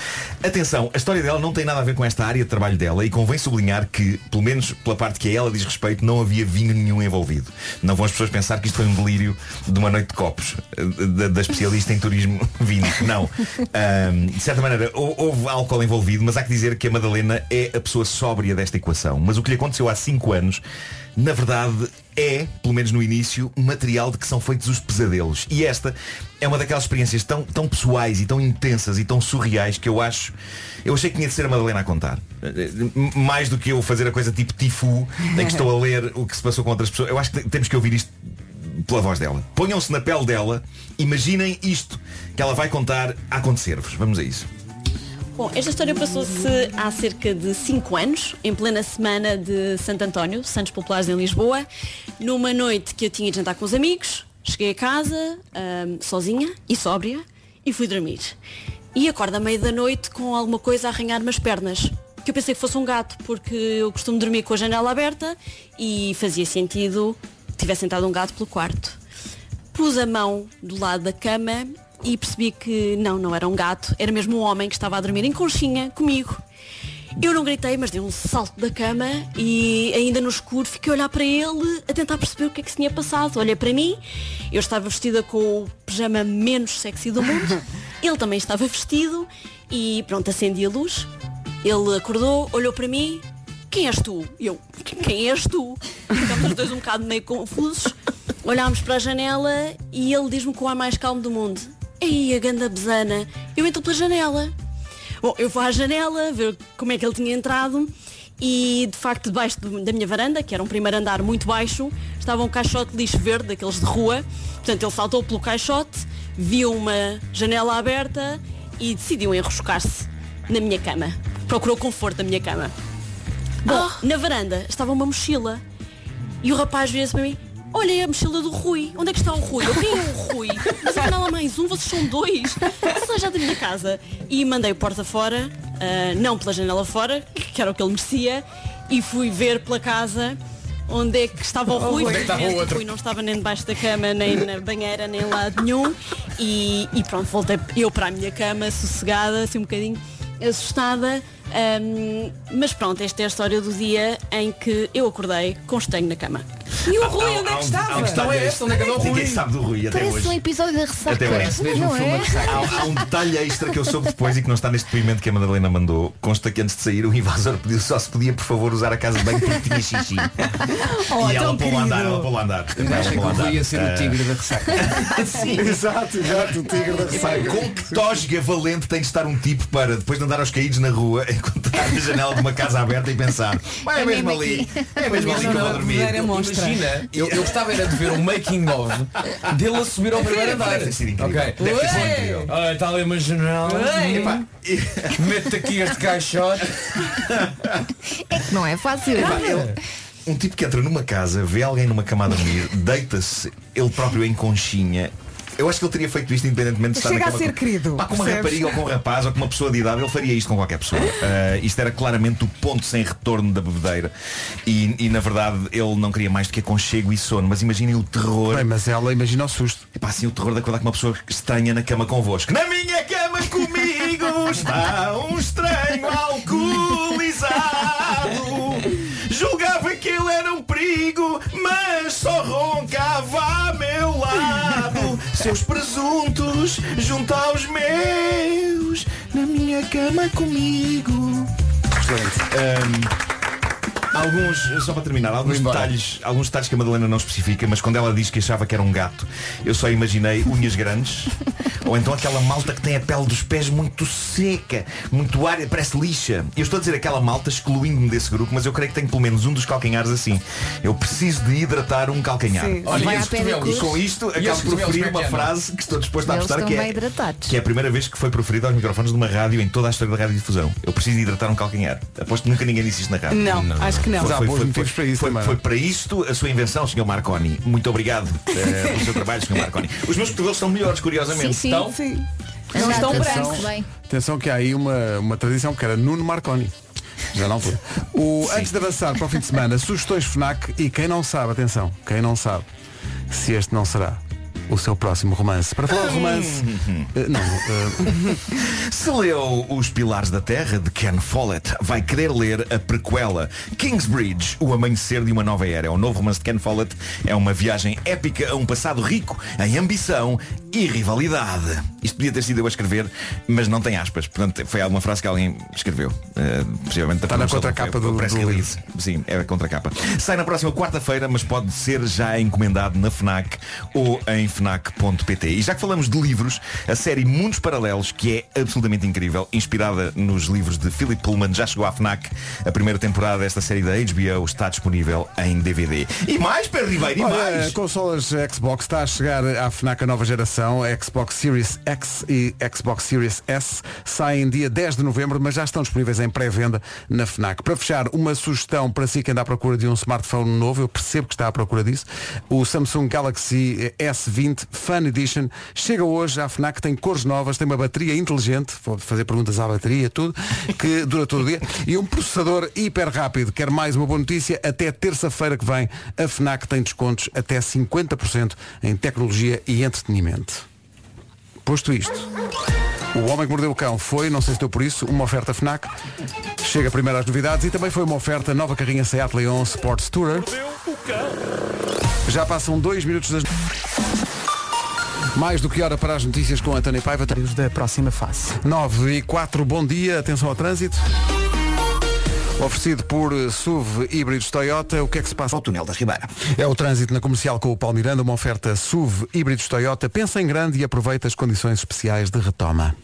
[SPEAKER 17] atenção, a história dela não tem nada a ver com esta área de trabalho dela e convém sublinhar que, pelo menos pela parte que a ela diz respeito, não havia vinho nenhum envolvido. Não vão as pessoas pensar que isto foi um delírio de uma noite de copos eh, da, da especialista em turismo vinho. Não. Ahm, de certa maneira, hou- houve álcool envolvido, mas há que dizer que a Madalena é a pessoa sóbria desta equação. Mas o que lhe aconteceu há 5 anos, na verdade, é, pelo menos no início, um material de que são feitos os pesadelos. E esta é uma daquelas experiências tão, tão pessoais e tão intensas e tão surreais que eu acho. Eu achei que tinha de ser a Madalena a contar. Eh, eh, Mais do que eu fazer a coisa tipo tifu, em que estou a ler o que se passou com outras pessoas. Eu acho que te- temos que ouvir isto pela voz dela. Ponham-se na pele dela, imaginem isto que ela vai contar a acontecer-vos. Vamos a isso.
[SPEAKER 18] Bom, esta história passou-se há cerca de 5 anos, em plena semana de Santo António, Santos Populares em Lisboa, numa noite que eu tinha de jantar com os amigos, cheguei a casa, ahm, sozinha e sóbria, e fui dormir. E acordo a meio da noite com alguma coisa a arranhar-me as pernas, que eu pensei que fosse um gato, porque eu costumo dormir com a janela aberta e fazia sentido que tivesse entrado um gato pelo quarto. Pus a mão do lado da cama e percebi que não, não era um gato, era mesmo um homem que estava a dormir em conchinha comigo. Eu não gritei, mas dei um salto da cama e ainda no escuro fiquei a olhar para ele a tentar perceber o que é que se tinha passado. Olhei para mim, eu estava vestida com o pijama menos sexy do mundo, ele também estava vestido e pronto, acendi a luz. Ele acordou, olhou para mim, quem és tu? E Eu, quem és tu? Ficámos os dois um bocado meio confusos, olhámos para a janela e ele diz-me com o ar mais calmo do mundo. Ei, a ganda besana, eu entro pela janela. Bom, eu vou à janela ver como é que ele tinha entrado e de facto debaixo do- da minha varanda, que era um primeiro andar muito baixo, estava um caixote de lixo verde, daqueles de rua. Portanto, ele saltou pelo caixote, viu uma janela aberta e decidiu enroscar-se na minha cama. Procurou conforto na minha cama. Bom, na varanda estava uma mochila e o rapaz vira-se para mim Olha, é a mochila do Rui. Onde é que está o Rui? Eu, quem é o Rui? Mas afinal há mais um, vocês são dois. Sai já da minha casa. E mandei o porta fora, ah, não pela janela fora, que era o que ele merecia, e fui ver pela casa onde é que estava o
[SPEAKER 5] Oh,
[SPEAKER 18] Rui.
[SPEAKER 5] onde é que estava o
[SPEAKER 18] Felizmente,
[SPEAKER 5] outro?
[SPEAKER 18] Rui não estava nem debaixo da cama, nem na banheira, nem em lado nenhum. E, e pronto, voltei eu para a minha cama, sossegada, assim um bocadinho assustada. Ahm, mas pronto, esta é a história do dia em que eu acordei com estanho na cama. E o Rui, onde é que
[SPEAKER 13] Ah,
[SPEAKER 18] estava?
[SPEAKER 17] Há um detalhe
[SPEAKER 18] é
[SPEAKER 17] a
[SPEAKER 11] né?
[SPEAKER 18] esta, onde é que andou o
[SPEAKER 17] Ninguém
[SPEAKER 18] Rui?
[SPEAKER 17] sabe do Rui até
[SPEAKER 4] Parece um
[SPEAKER 17] hoje.
[SPEAKER 4] episódio da ressaca.
[SPEAKER 17] Até hoje.
[SPEAKER 4] não é?
[SPEAKER 17] Há, há um detalhe extra que eu soube depois e que não está neste depoimento que a Madalena mandou. Consta que antes de sair o invasor pediu só se podia, por favor, usar a casa de banho porque tinha xixi.
[SPEAKER 13] Oh,
[SPEAKER 17] e ela
[SPEAKER 13] tão
[SPEAKER 17] pôs lá
[SPEAKER 13] querido.
[SPEAKER 17] andar, ela pôs lá andar.
[SPEAKER 13] Eu
[SPEAKER 17] Ela pôs
[SPEAKER 13] achei que
[SPEAKER 17] lá
[SPEAKER 13] o Rui
[SPEAKER 17] andar.
[SPEAKER 13] ia ser o
[SPEAKER 17] Ah,
[SPEAKER 13] tigre da ressaca.
[SPEAKER 17] Sim.
[SPEAKER 1] Exato, exato, o tigre da
[SPEAKER 17] Epá,
[SPEAKER 1] ressaca.
[SPEAKER 17] com que tosga valente tem de estar um tipo para depois de andar aos caídos na rua, encontrar a janela de uma casa aberta e pensar, "Vai, é mesmo ali, é mesmo ali que eu vou dormir.
[SPEAKER 5] Imagina, eu, eu gostava era de ver um making of dele a subir ao primeiro andar.
[SPEAKER 17] Deve ter sido incrível.
[SPEAKER 5] Ok.
[SPEAKER 17] Deve ter sido
[SPEAKER 5] Ué!
[SPEAKER 17] incrível.
[SPEAKER 5] Olha, está ali uma janela.
[SPEAKER 4] Ué!
[SPEAKER 5] Epá, Mete aqui este caixote.
[SPEAKER 4] É que não é fácil.
[SPEAKER 3] Ah.
[SPEAKER 17] Epá, ele- um tipo que entra numa casa, vê alguém numa cama a dormir, deita-se ele próprio em conchinha. Eu acho que ele teria feito isto independentemente de estar
[SPEAKER 3] Chega a
[SPEAKER 17] naquela
[SPEAKER 3] ser
[SPEAKER 17] co-
[SPEAKER 3] querido,
[SPEAKER 17] Pá, com uma
[SPEAKER 3] percebes?
[SPEAKER 17] rapariga ou com um rapaz ou com uma pessoa de idade, ele faria isto com qualquer pessoa.
[SPEAKER 1] É?
[SPEAKER 17] Ah, isto era claramente o ponto sem retorno da bebedeira. E, e, na verdade ele não queria mais do que aconchego e sono. Mas imaginem o terror. Bem,
[SPEAKER 1] mas ela imagina o susto.
[SPEAKER 17] Epá, assim o terror de acordar com uma pessoa estranha na cama convosco. é Na minha cama comigo está um estranho alcoolizado. Julgava que ele era um perigo, mas só roncava a meu lado. Seus presuntos junto aos meus, na minha cama comigo. Excelente. Ahm, alguns, só para terminar, alguns detalhes, alguns detalhes que a Madalena não especifica, mas quando ela diz que achava que era um gato, eu só imaginei unhas grandes, ou então aquela malta que tem a pele dos pés muito seca, muito área, parece lixa. Eu estou a dizer aquela malta excluindo-me desse grupo, mas eu creio que tenho pelo menos um dos calcanhares assim. Eu preciso de hidratar um calcanhar.
[SPEAKER 4] Sim. Vai à pedicure.
[SPEAKER 17] e com isto
[SPEAKER 4] E esses
[SPEAKER 17] acabo de
[SPEAKER 4] cotovelos,
[SPEAKER 17] proferir
[SPEAKER 4] como
[SPEAKER 17] uma
[SPEAKER 4] é que é, não?
[SPEAKER 17] frase que estou disposto a
[SPEAKER 4] Eles
[SPEAKER 17] apostar
[SPEAKER 4] estão
[SPEAKER 17] que
[SPEAKER 4] bem
[SPEAKER 17] é
[SPEAKER 4] hidratados.
[SPEAKER 17] que é a primeira vez que foi proferida aos microfones de uma rádio em toda a história da rádio difusão. Eu preciso de hidratar um calcanhar. Aposto que nunca ninguém disse isto na rádio.
[SPEAKER 3] Não, Não, acho que não. Mas há bons
[SPEAKER 17] motivos para isso. Foi, foi para isto a sua invenção, Sr. Marconi. Muito obrigado eh, pelo seu trabalho, Sr. Marconi. Os meus cotovelos são melhores, curiosamente. Estão? Então,
[SPEAKER 3] Não estão
[SPEAKER 1] Atenção.
[SPEAKER 3] brancos. Bem.
[SPEAKER 1] Atenção que há aí uma, uma tradição que era Nuno Marconi. Já não foi. O, antes de avançar para o fim de semana, sugestões FNAC e quem não sabe, atenção, quem não sabe, se este não será o seu próximo romance. Para falar de romance. eh, não, eh,
[SPEAKER 17] Se leu Os Pilares da Terra, de Ken Follett, vai querer ler a prequela Kingsbridge, O Amanhecer de uma Nova Era. O novo romance de Ken Follett é uma viagem épica a um passado rico em ambição e rivalidade. Isto podia ter sido eu a escrever, mas não tem aspas. Portanto, foi alguma frase que alguém escreveu. Eh, possivelmente
[SPEAKER 1] Está Tá na
[SPEAKER 17] promoção,
[SPEAKER 1] contracapa
[SPEAKER 17] foi-
[SPEAKER 1] do-
[SPEAKER 17] press
[SPEAKER 1] do livro.
[SPEAKER 17] release. Sim, é a contracapa. Sai na próxima quarta-feira, mas pode ser já encomendado na FNAC ou em FNAC.pt. E já que falamos de livros, a série Mundos Paralelos, que é absolutamente incrível, inspirada nos livros de Philip Pullman, já chegou à FNAC. A primeira temporada desta série da HBO está disponível em DVD. E mais, Pedro Ribeiro, e
[SPEAKER 1] Olha,
[SPEAKER 17] mais!
[SPEAKER 1] Consolas Xbox está a chegar à FNAC a nova geração, a Xbox Series X e Xbox Series S saem dia 10 de novembro, mas já estão disponíveis em pré-venda na FNAC. Para fechar, uma sugestão para si que anda à procura de um smartphone novo, eu percebo que está à procura disso, o Samsung Galaxy S20 Fan Edition chega hoje à FNAC, tem cores novas, tem uma bateria inteligente, vou fazer perguntas à bateria, tudo, que dura todo o dia, e um processador hiper rápido. Quer mais uma boa notícia? Até terça-feira que vem, a FNAC tem descontos até 50% em tecnologia e entretenimento. Posto isto, o Homem que Mordeu o Cão foi, não sei se deu por isso, uma oferta FNAC. Chega primeiro às novidades e também foi uma oferta nova carrinha Seat Leon Sports Tourer. Já passam dois minutos das... Mais do que hora para as notícias com a Tânia Paiva. da próxima fase. 9 e 4, bom dia, atenção ao trânsito. Oferecido por eh, SUV híbridos Toyota, o que é que se passa? Ao túnel da Ribeira. É o trânsito na comercial com o Palmiranda, uma oferta SUV híbridos Toyota. Pensa em grande e aproveita as condições especiais de retoma.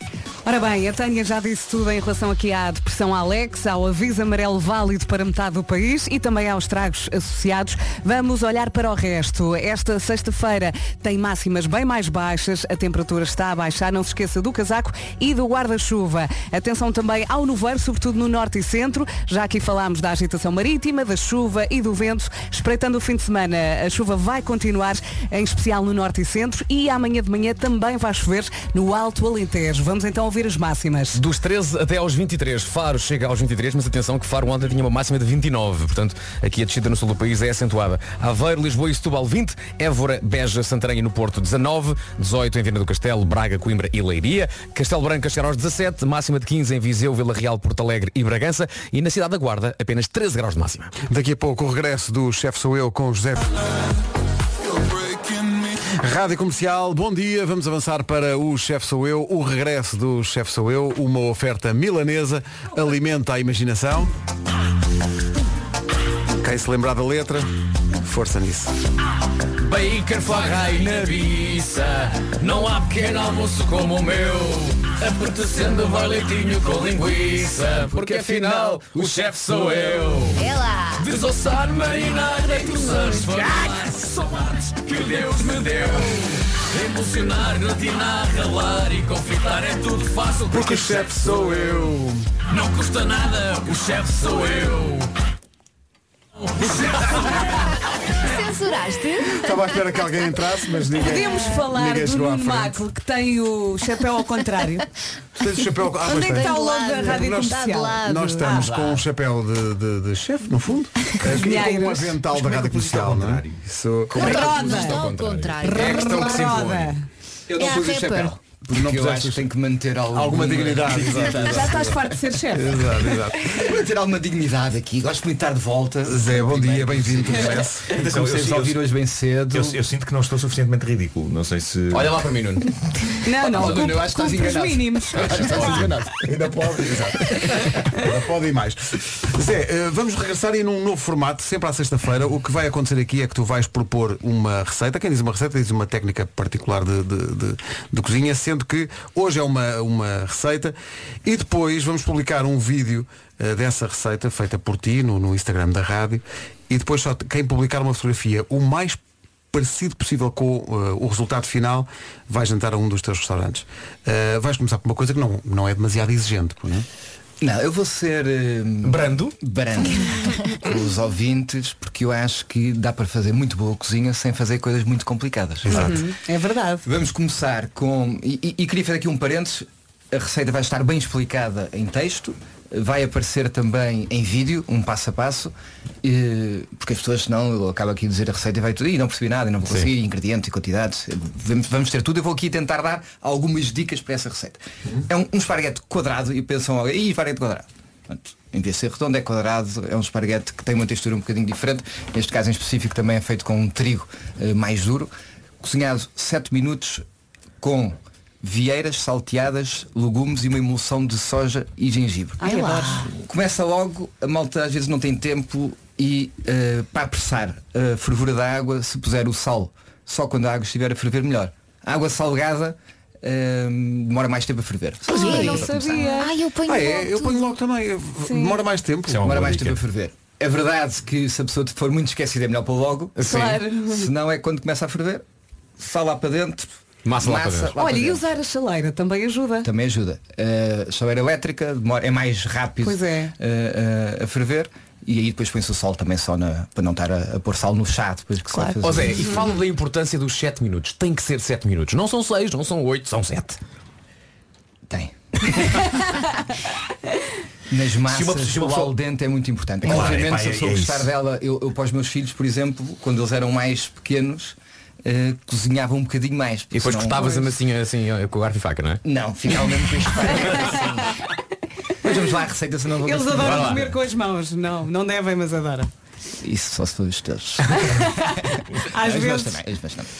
[SPEAKER 3] Ora bem, a Tânia já disse tudo em relação aqui à depressão Alex, ao aviso amarelo válido para metade do país e também aos tragos associados. Vamos olhar para o resto. Esta sexta-feira tem máximas bem mais baixas, a temperatura está a baixar, não se esqueça do casaco e do guarda-chuva. Atenção também ao nevoeiro, sobretudo no norte e centro. Já aqui falámos da agitação marítima, da chuva e do vento. Espreitando o fim de semana, a chuva vai continuar, em especial no norte e centro, e amanhã de manhã também vai chover no Alto Alentejo. Vamos então ouvir as máximas.
[SPEAKER 5] Dos 13 até aos 23. Faro chega aos 23, mas atenção que Faro ontem tinha uma máxima de 29. Portanto, aqui a descida no sul do país é acentuada. Aveiro, Lisboa e Setúbal 20. Évora, Beja, Santarém e no Porto 19. 18 em Viana do Castelo, Braga, Coimbra e Leiria. Castelo Branco chegará aos 17. Máxima de 15 em Viseu, Vila Real, Porto Alegre e Bragança. E na cidade da Guarda, apenas 13 graus de máxima.
[SPEAKER 1] Daqui a pouco o regresso do Chefe Sou Eu com o José. Rádio Comercial, bom dia. Vamos avançar para o Chefe Sou Eu, o regresso do Chefe Sou Eu, uma oferta milanesa, alimenta a imaginação. Quem se lembrar da letra, força nisso.
[SPEAKER 11] Bacon, farra e nabiça Não há pequeno almoço como o meu Apetecendo vai leitinho com linguiça Porque afinal o chefe sou eu
[SPEAKER 4] Ela!
[SPEAKER 11] Desossar, marinar, deitar os formar Saudades que Deus me deu Emocionar, gratinar, ralar e conflitar É tudo fácil porque o chefe sou eu Não custa nada, o chefe sou eu
[SPEAKER 4] Censuraste?
[SPEAKER 1] Estava à espera que alguém entrasse, mas ninguém.
[SPEAKER 3] Podemos falar
[SPEAKER 1] ninguém
[SPEAKER 3] do
[SPEAKER 1] chegou à
[SPEAKER 3] Nuno
[SPEAKER 1] frente.
[SPEAKER 3] Marco, que tem o chapéu ao contrário.
[SPEAKER 1] Tu tens o chapéu- ah,
[SPEAKER 3] Onde
[SPEAKER 1] pois
[SPEAKER 3] é que
[SPEAKER 1] tem.
[SPEAKER 3] está o logo da rádio
[SPEAKER 1] Nós-
[SPEAKER 3] comercial? Ah,
[SPEAKER 1] Nós estamos
[SPEAKER 4] Ah,
[SPEAKER 1] com um chapéu de, de, de chefe, no fundo, eh, e com um
[SPEAKER 3] Dinheiros.
[SPEAKER 1] avental da rádio comercial, não é? Isso,
[SPEAKER 4] Como é que Roda. puseste ao Ao contrário? contrário.
[SPEAKER 13] É a questão que se
[SPEAKER 4] Roda.
[SPEAKER 13] impõe. Eu
[SPEAKER 4] É
[SPEAKER 13] não
[SPEAKER 4] a
[SPEAKER 13] pus o
[SPEAKER 4] rapper.
[SPEAKER 13] chapéu. Porque
[SPEAKER 1] Não
[SPEAKER 13] eu
[SPEAKER 1] puseste
[SPEAKER 13] acho que tem que manter alguma,
[SPEAKER 1] alguma dignidade, exato, exato. Já estás
[SPEAKER 3] farto de ser chefe.
[SPEAKER 1] Exato, exato.
[SPEAKER 13] manter alguma dignidade aqui. Gosto muito de estar de volta.
[SPEAKER 1] Zé, bom dia, bem-vindo.
[SPEAKER 17] É.
[SPEAKER 13] Atenção, Comecei a ouvir hoje bem cedo.
[SPEAKER 17] Eu, eu sinto que não estou suficientemente ridículo. Não sei se.
[SPEAKER 13] Olha lá para mim, Nuno.
[SPEAKER 3] Não,
[SPEAKER 1] Oh,
[SPEAKER 3] não,
[SPEAKER 13] Olha, Nuno, eu acho que estás
[SPEAKER 3] cumpre os
[SPEAKER 13] enganado.
[SPEAKER 3] mínimos.
[SPEAKER 1] Acho que estás enganado. Ainda pode, exato. Ainda pode e mais. Zé, eh, vamos regressar e num novo formato, sempre à sexta-feira. O que vai acontecer aqui é que tu vais propor uma receita. Quem diz uma receita diz uma técnica particular de, de- de- de cozinha, sendo que hoje é uma, uma receita e depois vamos publicar um vídeo eh, dessa receita feita por ti no, no Instagram da rádio e depois só te- quem publicar uma fotografia o mais parecido possível com eh, o resultado final, vais jantar a um dos teus restaurantes. Eh, vais começar por uma coisa que não, não é demasiado exigente, pois não é?
[SPEAKER 13] Não, eu vou ser eh, brando, brando com os ouvintes, porque eu acho que dá para fazer muito boa cozinha sem fazer coisas muito complicadas.
[SPEAKER 3] Uhum, É verdade.
[SPEAKER 13] Vamos começar com. E, e- e queria fazer aqui um parênteses. A receita vai estar bem explicada em texto, vai aparecer também em vídeo, um passo a passo, eh, porque as pessoas senão eu acabo aqui a dizer a receita e vai tudo, e não percebi nada, e não vou conseguir, ingredientes e quantidades, vamos, vamos ter tudo, eu vou aqui tentar dar algumas dicas para essa receita. É um, um esparguete quadrado e pensam logo, ih, esparguete quadrado. Portanto, em vez de ser redondo é quadrado, é um esparguete que tem uma textura um bocadinho diferente, neste caso em específico também é feito com um trigo eh, mais duro, cozinhado 7 minutos com vieiras salteadas, legumes e uma emulsão de soja e gengibre.
[SPEAKER 4] Ai, lá.
[SPEAKER 13] Começa logo, a malta às vezes não tem tempo e eh, para apressar a fervura da água, se puser o sal, só quando a água estiver a ferver melhor. A água salgada eh, demora mais tempo a ferver. Só assim
[SPEAKER 4] Ai,
[SPEAKER 13] para
[SPEAKER 4] não
[SPEAKER 13] começar.
[SPEAKER 4] sabia. é. Ai, eu ponho
[SPEAKER 1] Ah,
[SPEAKER 4] logo
[SPEAKER 1] é? Eu
[SPEAKER 4] tudo.
[SPEAKER 1] ponho logo também. Eu-
[SPEAKER 4] Sim.
[SPEAKER 1] Demora mais tempo.
[SPEAKER 13] Isso é uma Demora boa mais dica. tempo a ferver. É verdade que se a pessoa for muito esquecida é melhor pôr logo.
[SPEAKER 3] Sim. Claro.
[SPEAKER 13] Se não é quando começa a ferver, sal lá para dentro.
[SPEAKER 5] Massa lá para dentro.
[SPEAKER 3] Olha, e usar a chaleira também ajuda.
[SPEAKER 13] Também ajuda. Uh, chaleira elétrica demora, é mais rápido
[SPEAKER 3] Pois é.
[SPEAKER 13] uh, uh, a ferver. E aí depois põe-se o sol também só na, para não estar a, a pôr sal no chá depois que se vai fazer.
[SPEAKER 5] Ó Zé, e fala da importância dos 7 minutos. Tem que ser 7 minutos. Não são 6, não são 8, são 7.
[SPEAKER 13] Nas massas,
[SPEAKER 5] uma pessoa- se uma
[SPEAKER 13] o
[SPEAKER 5] pessoa-
[SPEAKER 13] al dente é muito importante.
[SPEAKER 5] Claro,
[SPEAKER 13] Obviamente,
[SPEAKER 5] epá,
[SPEAKER 13] se a
[SPEAKER 5] é-
[SPEAKER 13] pessoa
[SPEAKER 5] é
[SPEAKER 13] gostar
[SPEAKER 5] isso.
[SPEAKER 13] dela, eu, eu para os meus filhos, por exemplo, quando eles eram mais pequenos, eh, cozinhava um bocadinho mais.
[SPEAKER 5] E depois cortavas a
[SPEAKER 13] Pois.
[SPEAKER 5] massinha assim ó, com o garfo e faca, não é?
[SPEAKER 13] Não, finalmente com isto. Mas vamos lá à receita, senão vou
[SPEAKER 3] Eles
[SPEAKER 13] gastar- Vai
[SPEAKER 3] adoram
[SPEAKER 13] lá.
[SPEAKER 3] comer com as mãos. Não, não devem, mas adoram.
[SPEAKER 13] Isso só se for os teus.
[SPEAKER 3] Às
[SPEAKER 13] Os meus
[SPEAKER 3] vezes.
[SPEAKER 13] também, os meus também.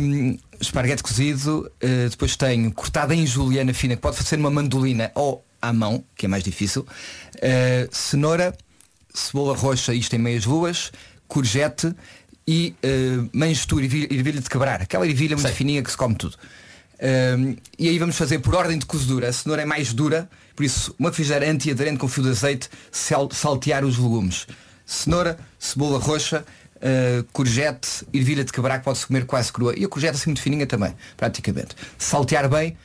[SPEAKER 13] Hum, esparguete cozido, eh, depois tenho cortada em juliana fina, que pode ser uma mandolina ou à mão, que é mais difícil, eh, cenoura, cebola roxa, isto em meias luas, courgette e uh, manjetura, ervilha, ervilha de quebrar, aquela ervilha muito fininha que se come tudo. Hum, e aí vamos fazer por ordem de cozedura. A cenoura é mais dura, por isso uma frigideira antiaderente com fio de azeite, sal- saltear os legumes. Cenoura, cebola roxa, uh, courgette, ervilha de quebrar que pode-se comer quase crua. E a courgette assim muito fininha também, praticamente. Saltear bem,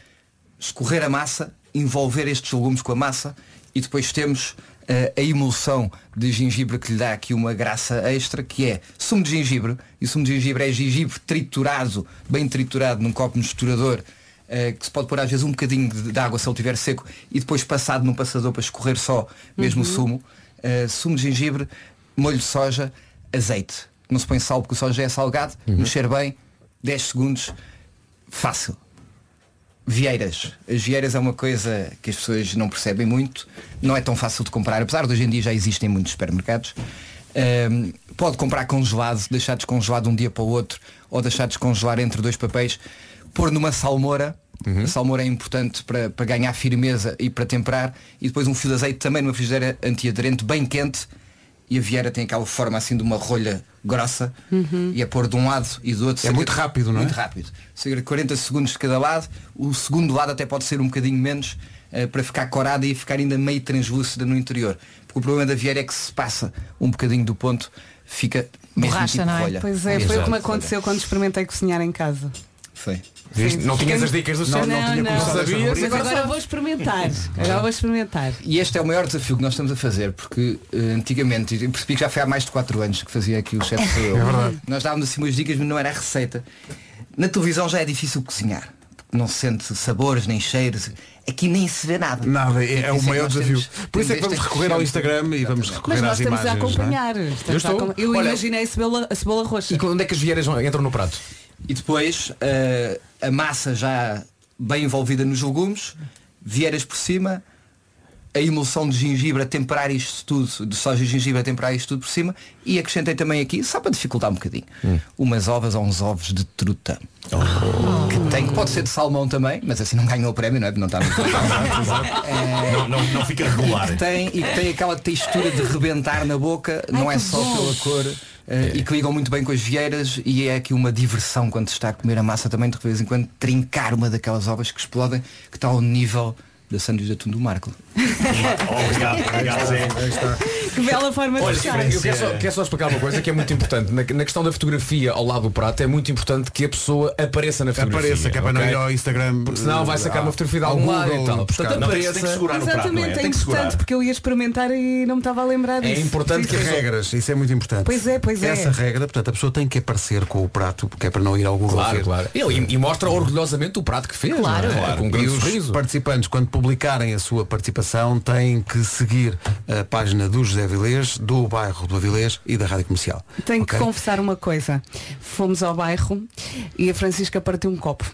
[SPEAKER 13] escorrer a massa, envolver estes legumes com a massa e depois temos eh, a emulsão de gengibre que lhe dá aqui uma graça extra, que é sumo de gengibre. E o sumo de gengibre é gengibre triturado, bem triturado num copo misturador, eh, que se pode pôr às vezes um bocadinho de, de água se ele estiver seco e depois passado num passador para escorrer só mesmo o
[SPEAKER 19] Uhum.
[SPEAKER 13] sumo. Eh, sumo de gengibre, molho de soja, azeite. Não se põe sal porque o soja já é salgado, mexer bem, 10 segundos, fácil. Vieiras. As vieiras é uma coisa que as pessoas não percebem muito, não é tão fácil de comprar, apesar de hoje em dia já existem muitos supermercados. Ahm, pode comprar congelado, deixar descongelado um dia para o outro, ou deixar descongelar entre dois papéis, pôr numa salmoura. A salmoura é importante para, para ganhar firmeza e para temperar, e depois um fio de azeite também numa frigideira antiaderente, bem quente, e a vieira tem aquela forma assim de uma rolha grossa,
[SPEAKER 3] Uhum.
[SPEAKER 13] e a pôr de um lado e do outro.
[SPEAKER 1] É muito rápido, não é?
[SPEAKER 13] Muito rápido. Cerca de 40 segundos de cada lado. O segundo lado até pode ser um bocadinho menos eh, para ficar corada e ficar ainda meio translúcida no interior. Porque o problema da vieira é que se passa um bocadinho do ponto, fica mesmo
[SPEAKER 4] Borracha,
[SPEAKER 13] tipo
[SPEAKER 4] não é?
[SPEAKER 13] rolha.
[SPEAKER 3] Pois é, foi o que
[SPEAKER 13] Exato.
[SPEAKER 3] me aconteceu quando experimentei cozinhar em casa.
[SPEAKER 13] Foi.
[SPEAKER 5] Viste? Não tinhas as dicas do
[SPEAKER 13] Não,
[SPEAKER 5] centro.
[SPEAKER 13] não tinha começado esta rubrica.
[SPEAKER 3] mas agora vou experimentar. Agora vou experimentar.
[SPEAKER 13] E este é o maior desafio que nós estamos a fazer, porque eh, antigamente, eu percebi que já foi há mais de 4 anos que fazia aqui o chefe sou eu.
[SPEAKER 11] É verdade.
[SPEAKER 13] Nós dávamos assim umas dicas, mas não era a receita. Na televisão já é difícil cozinhar. porque Não se sente sabores nem cheiros. Aqui nem se vê nada.
[SPEAKER 1] Nada,
[SPEAKER 13] E
[SPEAKER 1] é, é
[SPEAKER 13] por
[SPEAKER 1] o
[SPEAKER 13] isso
[SPEAKER 1] maior
[SPEAKER 13] nós
[SPEAKER 1] desafio.
[SPEAKER 13] temos-
[SPEAKER 1] Por isso é que
[SPEAKER 13] temos
[SPEAKER 1] vamos
[SPEAKER 13] este
[SPEAKER 1] recorrer ao
[SPEAKER 13] recheio.
[SPEAKER 1] Instagram e vamos recorrer
[SPEAKER 3] Mas nós
[SPEAKER 1] às
[SPEAKER 3] estamos
[SPEAKER 1] imagens. é?
[SPEAKER 3] a acompanhar. Estamos
[SPEAKER 13] é? Eu estou.
[SPEAKER 3] a acom- Eu
[SPEAKER 13] Olha-
[SPEAKER 3] imaginei a cebola, a cebola roxa.
[SPEAKER 13] E quando é que as vieiras entram no prato? E depois eh, a massa já bem envolvida nos legumes, vieiras por cima, a emulsão de gengibre a temperar isto tudo, de soja e gengibre a temperar isto tudo por cima e acrescentei também aqui, só para dificultar um bocadinho, umas ovas ou uns ovos de truta. Que tem, que pode ser de salmão também, mas assim não ganhou o prémio, não é? Porque Não está muito
[SPEAKER 17] Não, não, não fica regular.
[SPEAKER 13] que tem, e que tem aquela textura de rebentar na boca, não é só
[SPEAKER 17] bom.
[SPEAKER 13] pela cor. eh,
[SPEAKER 17] É.
[SPEAKER 13] E que ligam muito bem com as vieiras e é aqui uma diversão quando se está a comer a massa também de vez em quando trincar uma daquelas ovas que explodem que está ao nível da sanduíche de atum do Marco.
[SPEAKER 17] Obrigado, obrigado, Zé.
[SPEAKER 3] Que bela forma de
[SPEAKER 5] Olha,
[SPEAKER 3] fechar.
[SPEAKER 5] eu quero só, quero só explicar uma coisa que é muito importante. Na, na questão da fotografia ao lado do prato, é muito importante que a pessoa apareça na fotografia.
[SPEAKER 1] Apareça, que é para não
[SPEAKER 5] ok?
[SPEAKER 1] ir ao Instagram.
[SPEAKER 5] Porque senão vai sacar
[SPEAKER 1] ah,
[SPEAKER 5] uma fotografia de
[SPEAKER 1] ao
[SPEAKER 5] algum lado
[SPEAKER 1] Google
[SPEAKER 5] e tal.
[SPEAKER 1] buscar.
[SPEAKER 5] Portanto,
[SPEAKER 1] Não, tem-
[SPEAKER 5] apareça.
[SPEAKER 1] tem que segurar no prato,
[SPEAKER 3] Exatamente, é importante porque eu ia experimentar e não me estava a lembrar disso.
[SPEAKER 1] É que regras, isso é muito importante.
[SPEAKER 3] É Pois é, pois é.
[SPEAKER 1] Essa regra, portanto, a pessoa tem que aparecer com o prato, porque é para não ir ao Google
[SPEAKER 5] Claro,
[SPEAKER 1] ver.
[SPEAKER 5] claro. E, e mostra orgulhosamente o prato que fez.
[SPEAKER 1] Claro.
[SPEAKER 5] não é? Com um grande
[SPEAKER 1] e os
[SPEAKER 5] sorriso.
[SPEAKER 1] participantes, quando publicarem a sua participação, têm que seguir a página do José Vilês, do bairro do Avilés e da Rádio Comercial.
[SPEAKER 3] Tenho
[SPEAKER 1] Ok?
[SPEAKER 3] que confessar uma coisa. Fomos ao bairro e a Francisca partiu um copo.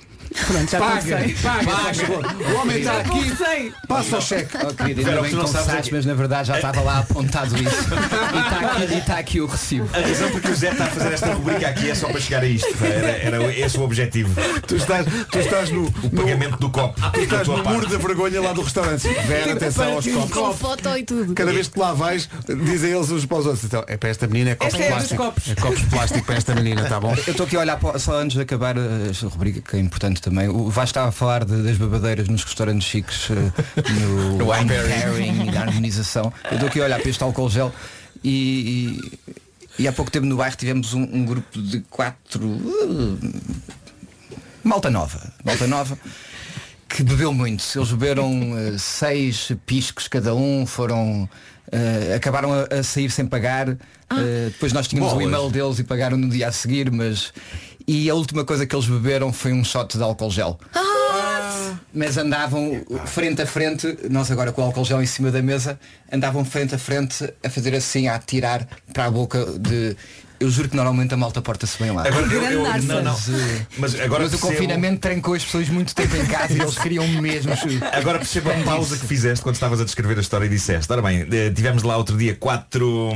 [SPEAKER 3] Pronto, já
[SPEAKER 1] Paga,
[SPEAKER 3] confessei.
[SPEAKER 1] paga, faz favor. O homem está
[SPEAKER 3] Já
[SPEAKER 1] aqui.
[SPEAKER 3] confessei.
[SPEAKER 1] Passa o cheque.
[SPEAKER 13] Oh, querido,
[SPEAKER 17] Vera,
[SPEAKER 13] ainda
[SPEAKER 17] o que
[SPEAKER 13] bem
[SPEAKER 17] tu
[SPEAKER 13] que
[SPEAKER 17] não sabes é
[SPEAKER 13] confessaste,
[SPEAKER 17] que-
[SPEAKER 13] mas na verdade já estava lá apontado isso. E está aqui, e tá aqui o recibo.
[SPEAKER 17] A razão porque o Zé está a fazer esta rubrica aqui é só para chegar a isto. Era, era esse o objetivo.
[SPEAKER 1] Tu estás, tu estás no.
[SPEAKER 17] O pagamento do copo.
[SPEAKER 1] Tu estás
[SPEAKER 17] Da
[SPEAKER 1] no
[SPEAKER 17] tua
[SPEAKER 1] muro
[SPEAKER 17] parte.
[SPEAKER 1] da vergonha lá do restaurante. Vera, atenção aos
[SPEAKER 4] Com
[SPEAKER 1] copos.
[SPEAKER 4] foto e tudo.
[SPEAKER 1] Cada vez que lá vais, dizem eles uns para os outros. Então, é para esta menina, é copos
[SPEAKER 4] Esta
[SPEAKER 1] de
[SPEAKER 4] é
[SPEAKER 1] plástico.
[SPEAKER 4] dos copos.
[SPEAKER 1] É copos de plástico para esta menina, tá bom?
[SPEAKER 13] Eu estou aqui a olhar para- só antes de acabar eh, esta rubrica que é importante também. O Vasco estava a falar de- das babadeiras nos restaurantes chiques, eh, no,
[SPEAKER 5] No
[SPEAKER 13] wine
[SPEAKER 5] wine pairing.
[SPEAKER 13] pairing, na harmonização. Eu estou aqui a olhar para este álcool gel e, e, e há pouco tempo no bairro tivemos um, um grupo de quatro eh, malta nova, malta nova que bebeu muito. Eles beberam eh, seis piscos cada um, foram eh, acabaram a, a sair sem pagar. Eh, depois nós tínhamos o
[SPEAKER 5] Bolas.
[SPEAKER 13] e-mail deles e pagaram no dia a seguir, mas e a última coisa que eles beberam foi um shot de álcool gel.
[SPEAKER 11] Ah.
[SPEAKER 13] Mas andavam frente a frente, nós agora com o álcool gel em cima da mesa, andavam frente a frente a fazer assim, a atirar para a boca de. Eu juro que normalmente a malta porta-se bem lá.
[SPEAKER 17] Agora, eu- eu- não, não. Mas agora
[SPEAKER 13] Mas o
[SPEAKER 17] percebo-
[SPEAKER 13] confinamento trancou as pessoas muito tempo em casa e eles queriam mesmo.
[SPEAKER 17] Agora percebo a pausa que fizeste quando estavas a descrever a história e disseste, ora bem, eh, tivemos lá outro dia quatro.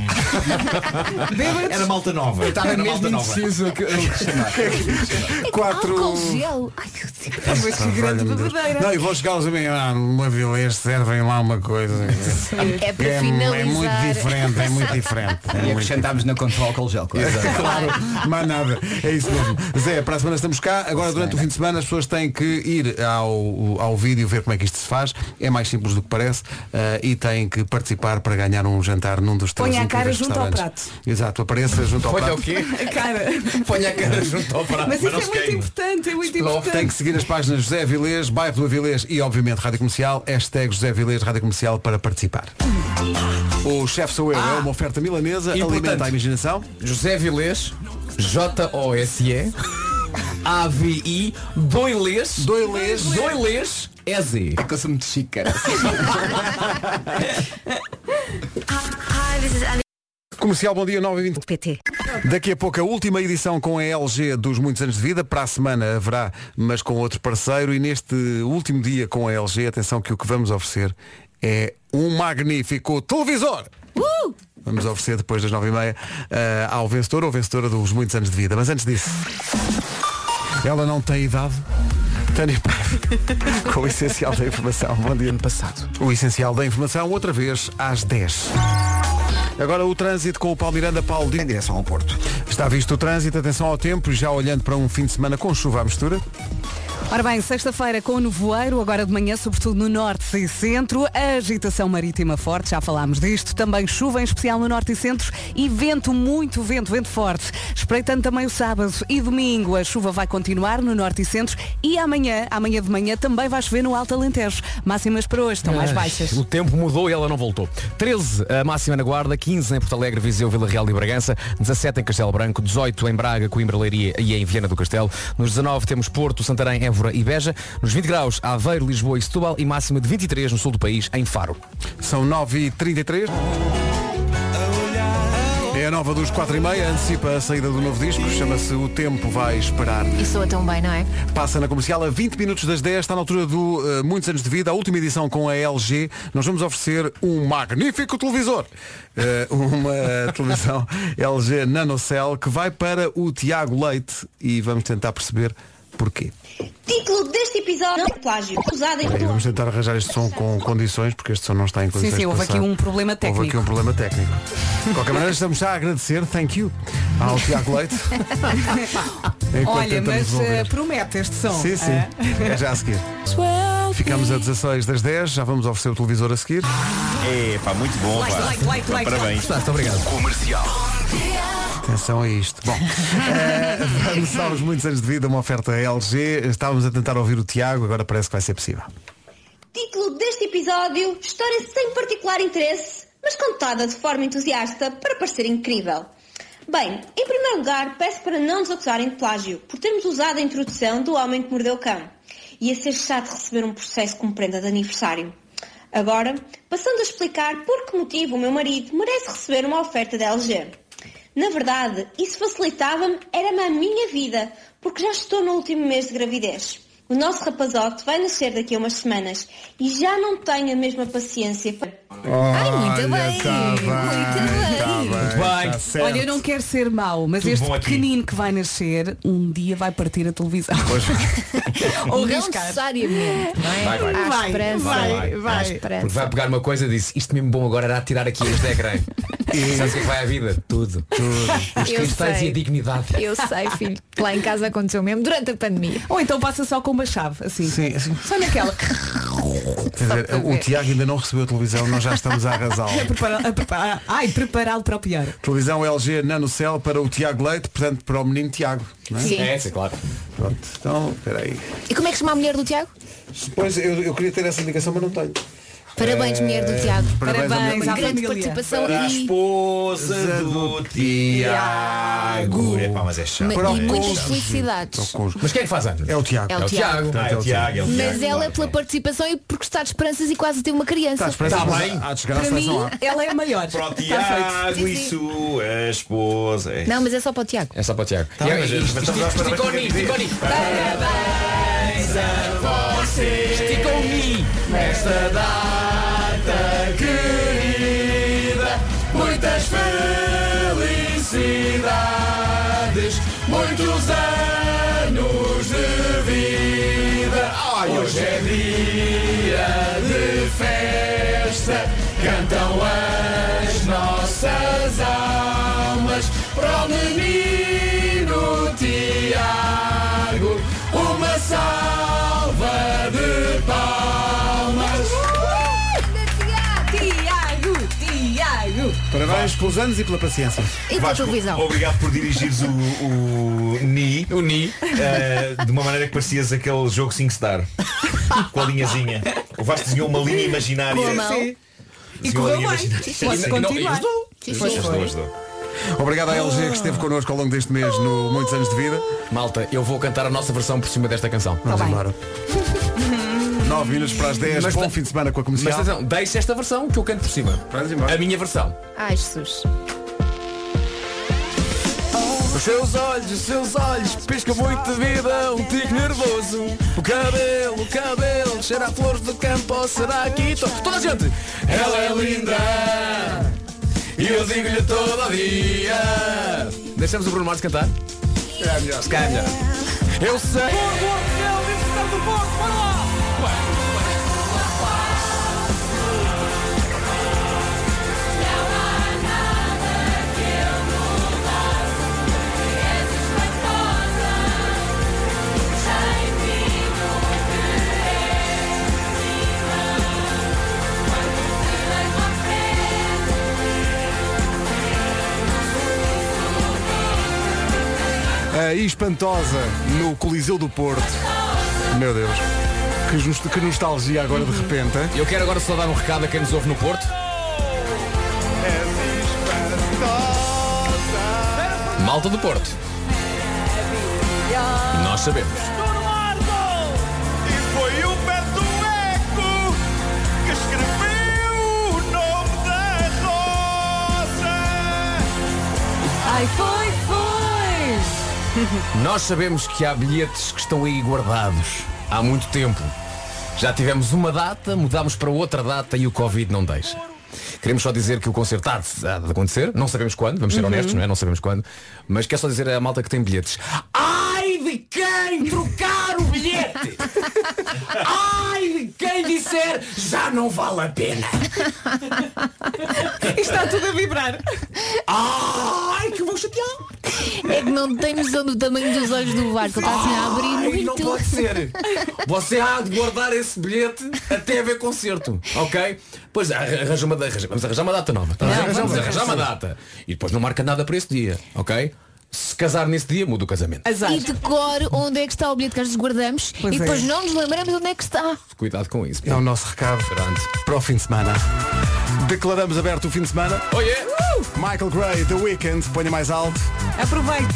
[SPEAKER 17] Era malta nova.
[SPEAKER 13] Eu estava
[SPEAKER 17] Era
[SPEAKER 13] mesmo
[SPEAKER 17] malta nova.
[SPEAKER 13] indeciso a que- a que chamar.
[SPEAKER 1] Quatro. Não, e vou chegar aos amigos, ah, uma vilês servem lá uma coisa.
[SPEAKER 4] É para
[SPEAKER 1] é,
[SPEAKER 4] finalizar.
[SPEAKER 1] muito diferente, é muito diferente. É
[SPEAKER 13] E
[SPEAKER 1] muito
[SPEAKER 13] acrescentámos na conta o álcool gel, claro.
[SPEAKER 1] Exato. claro, mais nada. É isso mesmo. Zé, para a semana estamos cá. Agora, durante o fim de semana, as pessoas têm que ir ao, ao vídeo ver como é que isto se faz. É mais simples do que parece. eh, e têm que participar para ganhar um jantar num dos três
[SPEAKER 3] Ponha a cara
[SPEAKER 1] incríveis
[SPEAKER 3] junto ao
[SPEAKER 1] restaurantes. Exato, apareça junto ao
[SPEAKER 5] Ponha
[SPEAKER 1] prato.
[SPEAKER 5] o quê?
[SPEAKER 3] A cara.
[SPEAKER 5] Ponha a cara junto ao prato.
[SPEAKER 3] Mas isso
[SPEAKER 5] não
[SPEAKER 3] é
[SPEAKER 5] se
[SPEAKER 3] muito
[SPEAKER 5] queime.
[SPEAKER 3] importante, é
[SPEAKER 11] Tipo
[SPEAKER 3] muito
[SPEAKER 1] Logo,
[SPEAKER 3] importante.
[SPEAKER 1] Tem que seguir as páginas José Vilês, Bairro do Avilés e, obviamente, Rádio Comercial. Hashtag José Vilês, Rádio Comercial para participar. O chefe sou eu, é uma oferta milanesa,
[SPEAKER 5] Ah! importante.
[SPEAKER 1] alimenta a imaginação.
[SPEAKER 5] José Vilês, J-O-S-E, A-V-I, Doilês,
[SPEAKER 1] Doilês,
[SPEAKER 5] Doilês, E-Z.
[SPEAKER 13] É que eu sou muito chique, cara.
[SPEAKER 1] Comercial, bom dia, 9h20.
[SPEAKER 19] PT.
[SPEAKER 1] Daqui a pouco a última edição com a LG dos muitos anos de vida. Para a semana haverá, mas com outro parceiro. E neste último dia com a LG, atenção que o que vamos oferecer é um magnífico televisor. Vamos oferecer depois das 9h30 eh, ao vencedor ou vencedora dos muitos anos de vida. Mas antes disso, ela não tem idade. Tânia Paiva, com o essencial da informação. Bom dia. Ano passado. O essencial da informação, outra vez às 10. Agora o trânsito com o Paulo Miranda, Paulo Em
[SPEAKER 14] direção ao Porto.
[SPEAKER 1] Está visto o trânsito, atenção ao tempo, já olhando para um fim de semana com chuva à mistura.
[SPEAKER 3] Ora bem, sexta-feira com o nevoeiro, agora de manhã, sobretudo no norte e centro, a agitação marítima forte, já falámos disto, também chuva em especial no norte e centro e vento, muito vento, vento forte. Espreitando também o sábado e domingo, a chuva vai continuar no norte e centro e amanhã, amanhã de manhã, também vai chover no Alto Alentejo. Máximas para hoje estão mais
[SPEAKER 5] Ai,
[SPEAKER 3] baixas.
[SPEAKER 5] O tempo mudou e ela não voltou. 13 a máxima na Guarda, 15 em Porto Alegre, Viseu, Vila Real e Bragança, 17 em Castelo Branco, 18 em Braga, Coimbra, Leiria e em Viana do Castelo. Nos 19 temos Porto, Santarém, Évora e Beja. Nos 20 graus, Aveiro, Lisboa e Setúbal e máxima de 23 no sul do país, em Faro.
[SPEAKER 1] São 9h33. É a nova dos 4 e meia, antecipa a saída do novo disco, chama-se O Tempo Vai Esperar.
[SPEAKER 4] E soa tão bem, não é?
[SPEAKER 1] Passa na comercial a 20 minutos das 10, está na altura do eh, Muitos Anos de Vida, a última edição com a LG. Nós vamos oferecer um magnífico televisor. Eh, uma televisão LG NanoCell que vai para o Tiago Leite e vamos tentar perceber porquê.
[SPEAKER 19] Título deste episódio não plágio. Usado em
[SPEAKER 1] Peraí, vamos tentar arranjar este som com condições, porque este som não está em condições.
[SPEAKER 3] sim,
[SPEAKER 1] de
[SPEAKER 3] houve aqui
[SPEAKER 1] passar.
[SPEAKER 3] um problema
[SPEAKER 1] Houve aqui
[SPEAKER 3] técnico.
[SPEAKER 1] um problema técnico. De qualquer maneira, estamos já a agradecer, thank you, ao Tiago Leite. enquanto
[SPEAKER 3] Olha,
[SPEAKER 1] tentamos
[SPEAKER 3] mas
[SPEAKER 1] resolver.
[SPEAKER 3] eh, promete este som.
[SPEAKER 1] Sim, sim.
[SPEAKER 3] eh?
[SPEAKER 1] É já a seguir. Ficamos a 16 das 10, já vamos oferecer o televisor a seguir.
[SPEAKER 17] É, pá, muito bom,
[SPEAKER 1] Like,
[SPEAKER 17] pá.
[SPEAKER 1] like, like, like,
[SPEAKER 17] Parabéns.
[SPEAKER 1] like. Muito obrigado.
[SPEAKER 17] Comercial.
[SPEAKER 1] Atenção a isto. Bom, eh, vamos aos muitos anos de vida, uma oferta LG. Estávamos a tentar ouvir o Tiago, agora parece que vai ser possível.
[SPEAKER 19] Título deste episódio, história sem particular interesse, mas contada de forma entusiasta para parecer incrível. Bem, em primeiro lugar, peço para não nos acusarem de plágio, por termos usado a introdução do Homem que Mordeu o Cão. Ia ser chato receber um processo como prenda de aniversário. Agora, passando a explicar por que motivo o meu marido merece receber uma oferta da LG. Na verdade, isso facilitava-me, era-me a minha vida, porque já estou no último mês de gravidez. O nosso rapazote vai nascer daqui a umas semanas e já não tenho a mesma paciência para...
[SPEAKER 1] Ai,
[SPEAKER 19] muito
[SPEAKER 3] tá bem, muito bem.
[SPEAKER 1] Muito tá, bem. Tá certo.
[SPEAKER 3] Olha, eu não quero ser mau, mas
[SPEAKER 1] Tudo
[SPEAKER 3] este
[SPEAKER 1] bom aqui.
[SPEAKER 3] pequenino que vai nascer, um dia vai partir a televisão. Ou
[SPEAKER 4] não
[SPEAKER 3] riscar.
[SPEAKER 4] necessariamente, não é?
[SPEAKER 5] Vai, vai.
[SPEAKER 4] Há
[SPEAKER 5] Vai,
[SPEAKER 4] esperança.
[SPEAKER 5] vai,
[SPEAKER 4] Há
[SPEAKER 5] vai.
[SPEAKER 4] esperança.
[SPEAKER 5] Porque vai pegar uma coisa e disse, isto mesmo bom agora era tirar aqui este ecrã. E... Sabes o que é que vai à vida? Tudo. Os
[SPEAKER 4] Eu
[SPEAKER 5] cristais
[SPEAKER 4] sei.
[SPEAKER 5] e a dignidade.
[SPEAKER 4] Eu sei, filho. Lá em casa aconteceu mesmo durante a pandemia.
[SPEAKER 3] Ou então passa só com uma chave, assim.
[SPEAKER 1] Sim, assim.
[SPEAKER 3] Só naquela.
[SPEAKER 1] Quer dizer,
[SPEAKER 3] para
[SPEAKER 1] o
[SPEAKER 3] ver.
[SPEAKER 1] Tiago ainda não recebeu a televisão, nós já estamos a arrasá-lo.
[SPEAKER 4] É
[SPEAKER 3] A preparar- a preparar- ai, prepará-lo para o pior.
[SPEAKER 1] Televisão LG NanoCell para o Tiago Leite, portanto para o menino Tiago. Não é?
[SPEAKER 4] Sim. É,
[SPEAKER 5] claro.
[SPEAKER 1] Pronto, então, peraí.
[SPEAKER 4] E como é que chama a mulher do Tiago?
[SPEAKER 1] Pois eu, eu queria ter essa indicação, mas não tenho.
[SPEAKER 4] Parabéns,
[SPEAKER 1] Eh,
[SPEAKER 4] mulher do Tiago.
[SPEAKER 1] Parabéns, à mulher-
[SPEAKER 4] grande participação
[SPEAKER 17] Para a
[SPEAKER 4] e
[SPEAKER 17] esposa do Tiago. É pá, mas é chato.
[SPEAKER 4] Ma-
[SPEAKER 17] Para
[SPEAKER 4] e
[SPEAKER 17] o
[SPEAKER 4] muitas
[SPEAKER 17] cônjuge.
[SPEAKER 4] felicidades.
[SPEAKER 17] Para o cônjuge. Mas quem é que faz anos?
[SPEAKER 1] É o Tiago.
[SPEAKER 4] É o É o Tiago. Tiago.
[SPEAKER 17] Ah, é o Tiago, é o Tiago.
[SPEAKER 4] Mas ela é pela participação e porque está de esperanças e quase teve uma criança.
[SPEAKER 17] Está de Tá, esperanças, Está mas bem. há- há de chegar à
[SPEAKER 4] Para mim,
[SPEAKER 17] seleção
[SPEAKER 3] ela é a maior.
[SPEAKER 17] Para o
[SPEAKER 4] Está
[SPEAKER 17] Tiago
[SPEAKER 4] tá feito.
[SPEAKER 17] e
[SPEAKER 4] Sim, sim.
[SPEAKER 17] sua esposa.
[SPEAKER 4] Não, mas é só para o Tiago.
[SPEAKER 5] É só para o Tiago.
[SPEAKER 17] Tá,
[SPEAKER 5] E-
[SPEAKER 17] mas-
[SPEAKER 5] e-
[SPEAKER 17] mas
[SPEAKER 5] isto-
[SPEAKER 17] estamos a
[SPEAKER 5] isto-
[SPEAKER 17] falar
[SPEAKER 5] esticou
[SPEAKER 17] para
[SPEAKER 5] nisto, esticou nisto.
[SPEAKER 11] Parabéns a vocês
[SPEAKER 5] Esticou-me
[SPEAKER 11] nesta data querida. Muitas felicidades, muitos anos de vida. Ai, Hoje é dia de festa, cantam as nossas almas para o menino Tiago. Uma salva de palmas.
[SPEAKER 3] Tiago, Tiago.
[SPEAKER 1] Parabéns pelos anos e pela paciência.
[SPEAKER 4] E pela televisão.
[SPEAKER 17] Obrigado por dirigires o, o Ni. Eh,
[SPEAKER 5] O Ni.
[SPEAKER 17] de uma maneira que parecias aquele jogo 5 star. Com a linhazinha. O Vasco desenhou uma linha imaginária.
[SPEAKER 11] Com a mão. Sim.
[SPEAKER 17] Desenhou
[SPEAKER 11] E correu
[SPEAKER 17] uma linha
[SPEAKER 11] bem.
[SPEAKER 17] imaginária.
[SPEAKER 11] Pode
[SPEAKER 17] Sim,
[SPEAKER 11] continuar.
[SPEAKER 17] não,
[SPEAKER 11] Sim,
[SPEAKER 17] Ajudou,
[SPEAKER 11] sim.
[SPEAKER 17] ajudou, ajudou.
[SPEAKER 1] Obrigado à LG é que esteve connosco ao longo deste mês no Muitos Anos de Vida.
[SPEAKER 5] Malta, eu vou cantar a nossa versão por cima desta canção.
[SPEAKER 1] Vamos embora. 9 minutos para as 10, bom fim de semana com a
[SPEAKER 5] Mas
[SPEAKER 1] comercial.
[SPEAKER 5] atenção, deixa esta versão que eu canto por cima. A minha versão.
[SPEAKER 4] Ai, Jesus.
[SPEAKER 11] Os seus olhos, os seus olhos, pisca muito de vida, um tique nervoso. O cabelo, o cabelo, cheira a flores do campo, ou será que to- Toda a gente! Ela é linda, e eu digo-lhe todo dia.
[SPEAKER 5] Deixamos o Bruno Mars cantar?
[SPEAKER 11] É melhor.
[SPEAKER 5] Se calhar é melhor. Eu sei.
[SPEAKER 11] Não há nada que eu mudasse. És espantosa, sem
[SPEAKER 1] e É espantosa no Coliseu do Porto. Meu Deus. Que, justo, que nostalgia agora de repente. hein?
[SPEAKER 5] Eu quero agora só dar um recado a quem nos ouve no Porto. Malta do Porto. Nós sabemos.
[SPEAKER 11] E foi o pé do eco que escreveu o nome da rosa.
[SPEAKER 3] Ai, foi, foi!
[SPEAKER 5] Nós sabemos que há bilhetes que estão aí guardados há muito tempo. Já tivemos uma data, mudámos para outra data e o Covid não deixa. Queremos só dizer que o concerto há de, há de acontecer, não sabemos quando, vamos ser
[SPEAKER 11] Uhum.
[SPEAKER 5] honestos, não é? Não sabemos quando, mas quer só dizer à malta que tem bilhetes. Ai de quem trocar o bilhete! Ai de quem disser já não vale a pena!
[SPEAKER 3] Está tudo a vibrar.
[SPEAKER 5] Ai, que vou chatear!
[SPEAKER 4] É que não tem noção do tamanho dos olhos do barco. Está assim a abrir
[SPEAKER 5] Ai,
[SPEAKER 4] muito.
[SPEAKER 5] não pode ser. Você há de guardar esse bilhete até haver concerto, ok? Pois arra- arranja uma, da- arranja- vamos arranjar uma data nova. Arranja-
[SPEAKER 11] vamos
[SPEAKER 5] vamos arranjar uma
[SPEAKER 11] arranjar.
[SPEAKER 5] data. E depois não marca nada para esse dia, ok? Se casar nesse dia, muda o casamento.
[SPEAKER 4] E decore onde é que está o bilhete que às vezes guardamos e depois
[SPEAKER 1] é.
[SPEAKER 4] não nos lembramos onde é que está.
[SPEAKER 5] Cuidado com isso.
[SPEAKER 1] É o nosso recado para o fim de semana. Declaramos aberto o fim de semana. Uh!
[SPEAKER 5] Oh,
[SPEAKER 1] Michael Gray, The Weekend, ponha mais alto.
[SPEAKER 3] Aproveite.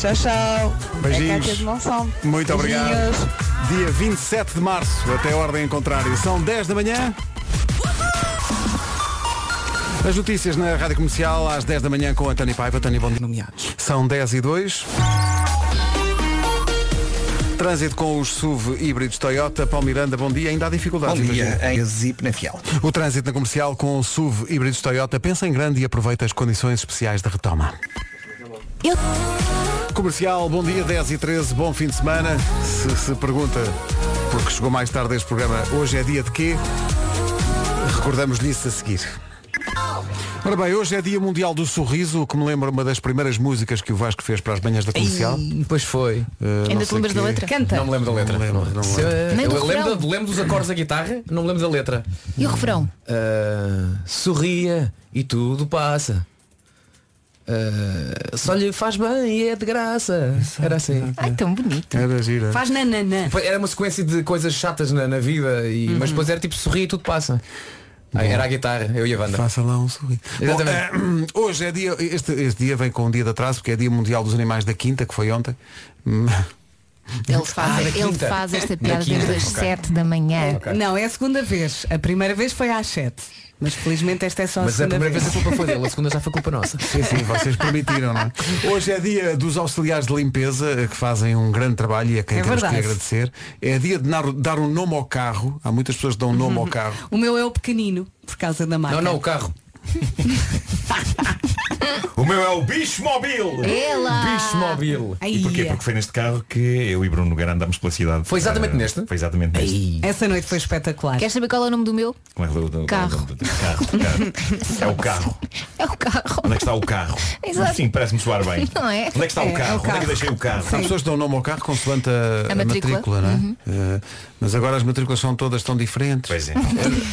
[SPEAKER 1] Tchau, tchau. Beijinhos.
[SPEAKER 20] É Cátia de Monção.
[SPEAKER 1] Muito obrigado.
[SPEAKER 20] Beijinhos.
[SPEAKER 1] Dia 27 de março, até ordem em contrário. São 10 da manhã. As notícias na Rádio Comercial às 10 da manhã com António Paiva, António Bom Nomeados. São 10 e 2. Trânsito com os SUV híbridos Toyota. Paulo Miranda, bom dia. Ainda há dificuldades.
[SPEAKER 14] Bom dia,
[SPEAKER 1] imagino.
[SPEAKER 14] em Zip na Fiel.
[SPEAKER 1] O trânsito na comercial com o SUV híbridos Toyota. Pensa em grande e aproveita as condições especiais da retoma. Comercial, bom dia, 10 e 13, bom fim de semana. Se se pergunta, porque chegou mais tarde este programa, hoje é dia de quê? Recordamos nisso a seguir. Ora bem, hoje é Dia Mundial do Sorriso, o que me lembra uma das primeiras músicas que o Vasco fez para as manhãs da comercial. Eh,
[SPEAKER 5] pois foi.
[SPEAKER 1] não sei quê.
[SPEAKER 4] Canta.
[SPEAKER 5] Não me lembro da letra. Não lembro,
[SPEAKER 1] me lembro.
[SPEAKER 4] Nem do refrão.
[SPEAKER 5] lembro, da- lembro dos acordes da guitarra, não me lembro da letra.
[SPEAKER 4] E o refrão?
[SPEAKER 5] Ah, sorria e tudo passa. Ah, só lhe faz bem e é de graça. Era assim.
[SPEAKER 4] Ai, tão bonito.
[SPEAKER 1] Era gira.
[SPEAKER 3] Faz nananã.
[SPEAKER 5] Foi- Era uma sequência de coisas chatas na, na vida, e,
[SPEAKER 3] Uhum.
[SPEAKER 5] mas depois era tipo sorria e tudo passa. Aí era a guitarra, eu e a banda.
[SPEAKER 1] Faça lá um sorriso.
[SPEAKER 5] Exatamente.
[SPEAKER 1] Bom, eh, hoje é dia, este, este dia vem com um dia de atraso, porque é dia mundial dos animais da quinta, que foi ontem.
[SPEAKER 3] Hum.
[SPEAKER 4] Ele faz,
[SPEAKER 1] Ah, da
[SPEAKER 4] ele
[SPEAKER 1] quinta.
[SPEAKER 4] faz esta
[SPEAKER 1] Da
[SPEAKER 4] piada
[SPEAKER 1] quinta,
[SPEAKER 4] desde as
[SPEAKER 1] ok.
[SPEAKER 4] 7 da manhã.
[SPEAKER 3] Não, é a segunda vez. A primeira vez foi às 7. Mas felizmente esta é só a
[SPEAKER 5] Mas a
[SPEAKER 3] segunda
[SPEAKER 5] primeira vez a culpa foi dele, Tipo a segunda já foi culpa nossa.
[SPEAKER 1] Sim, sim, vocês permitiram, não é? Hoje é dia dos auxiliares de limpeza eh, que fazem um grande trabalho e a quem
[SPEAKER 3] É
[SPEAKER 1] temos que
[SPEAKER 3] verdade.
[SPEAKER 1] agradecer. É dia de nar- dar um nome ao carro. Há muitas pessoas que dão um nome ao carro.
[SPEAKER 3] O meu é o pequenino, por causa da marca.
[SPEAKER 5] não, o carro.
[SPEAKER 17] O meu é o bicho móvel.
[SPEAKER 3] Ela!
[SPEAKER 5] Bicho móvel.
[SPEAKER 17] E porquê? Porque foi neste carro que eu e Bruno Nogueira andámos pela cidade.
[SPEAKER 3] Foi exatamente
[SPEAKER 17] Ah,
[SPEAKER 3] neste?
[SPEAKER 17] Foi exatamente neste.
[SPEAKER 3] Essa noite foi espetacular.
[SPEAKER 4] Queres saber qual é o nome do meu?
[SPEAKER 17] Como é que é o- o- o-
[SPEAKER 4] Carro.
[SPEAKER 17] o- o- o- carro, carro. É o carro.
[SPEAKER 4] É o carro.
[SPEAKER 17] Onde é que está o carro?
[SPEAKER 4] Exato.
[SPEAKER 17] Sim, parece-me soar bem.
[SPEAKER 4] Não é?
[SPEAKER 17] Onde é que está
[SPEAKER 4] É,
[SPEAKER 17] o
[SPEAKER 4] é o
[SPEAKER 17] carro? Onde é que
[SPEAKER 4] carro.
[SPEAKER 17] eu deixei o carro?
[SPEAKER 1] Há pessoas que dão um nome ao carro consoante a,
[SPEAKER 4] A
[SPEAKER 1] a
[SPEAKER 4] matrícula.
[SPEAKER 1] matrícula, não é? Eh, mas agora as matrículas são todas tão diferentes.
[SPEAKER 17] Pois é.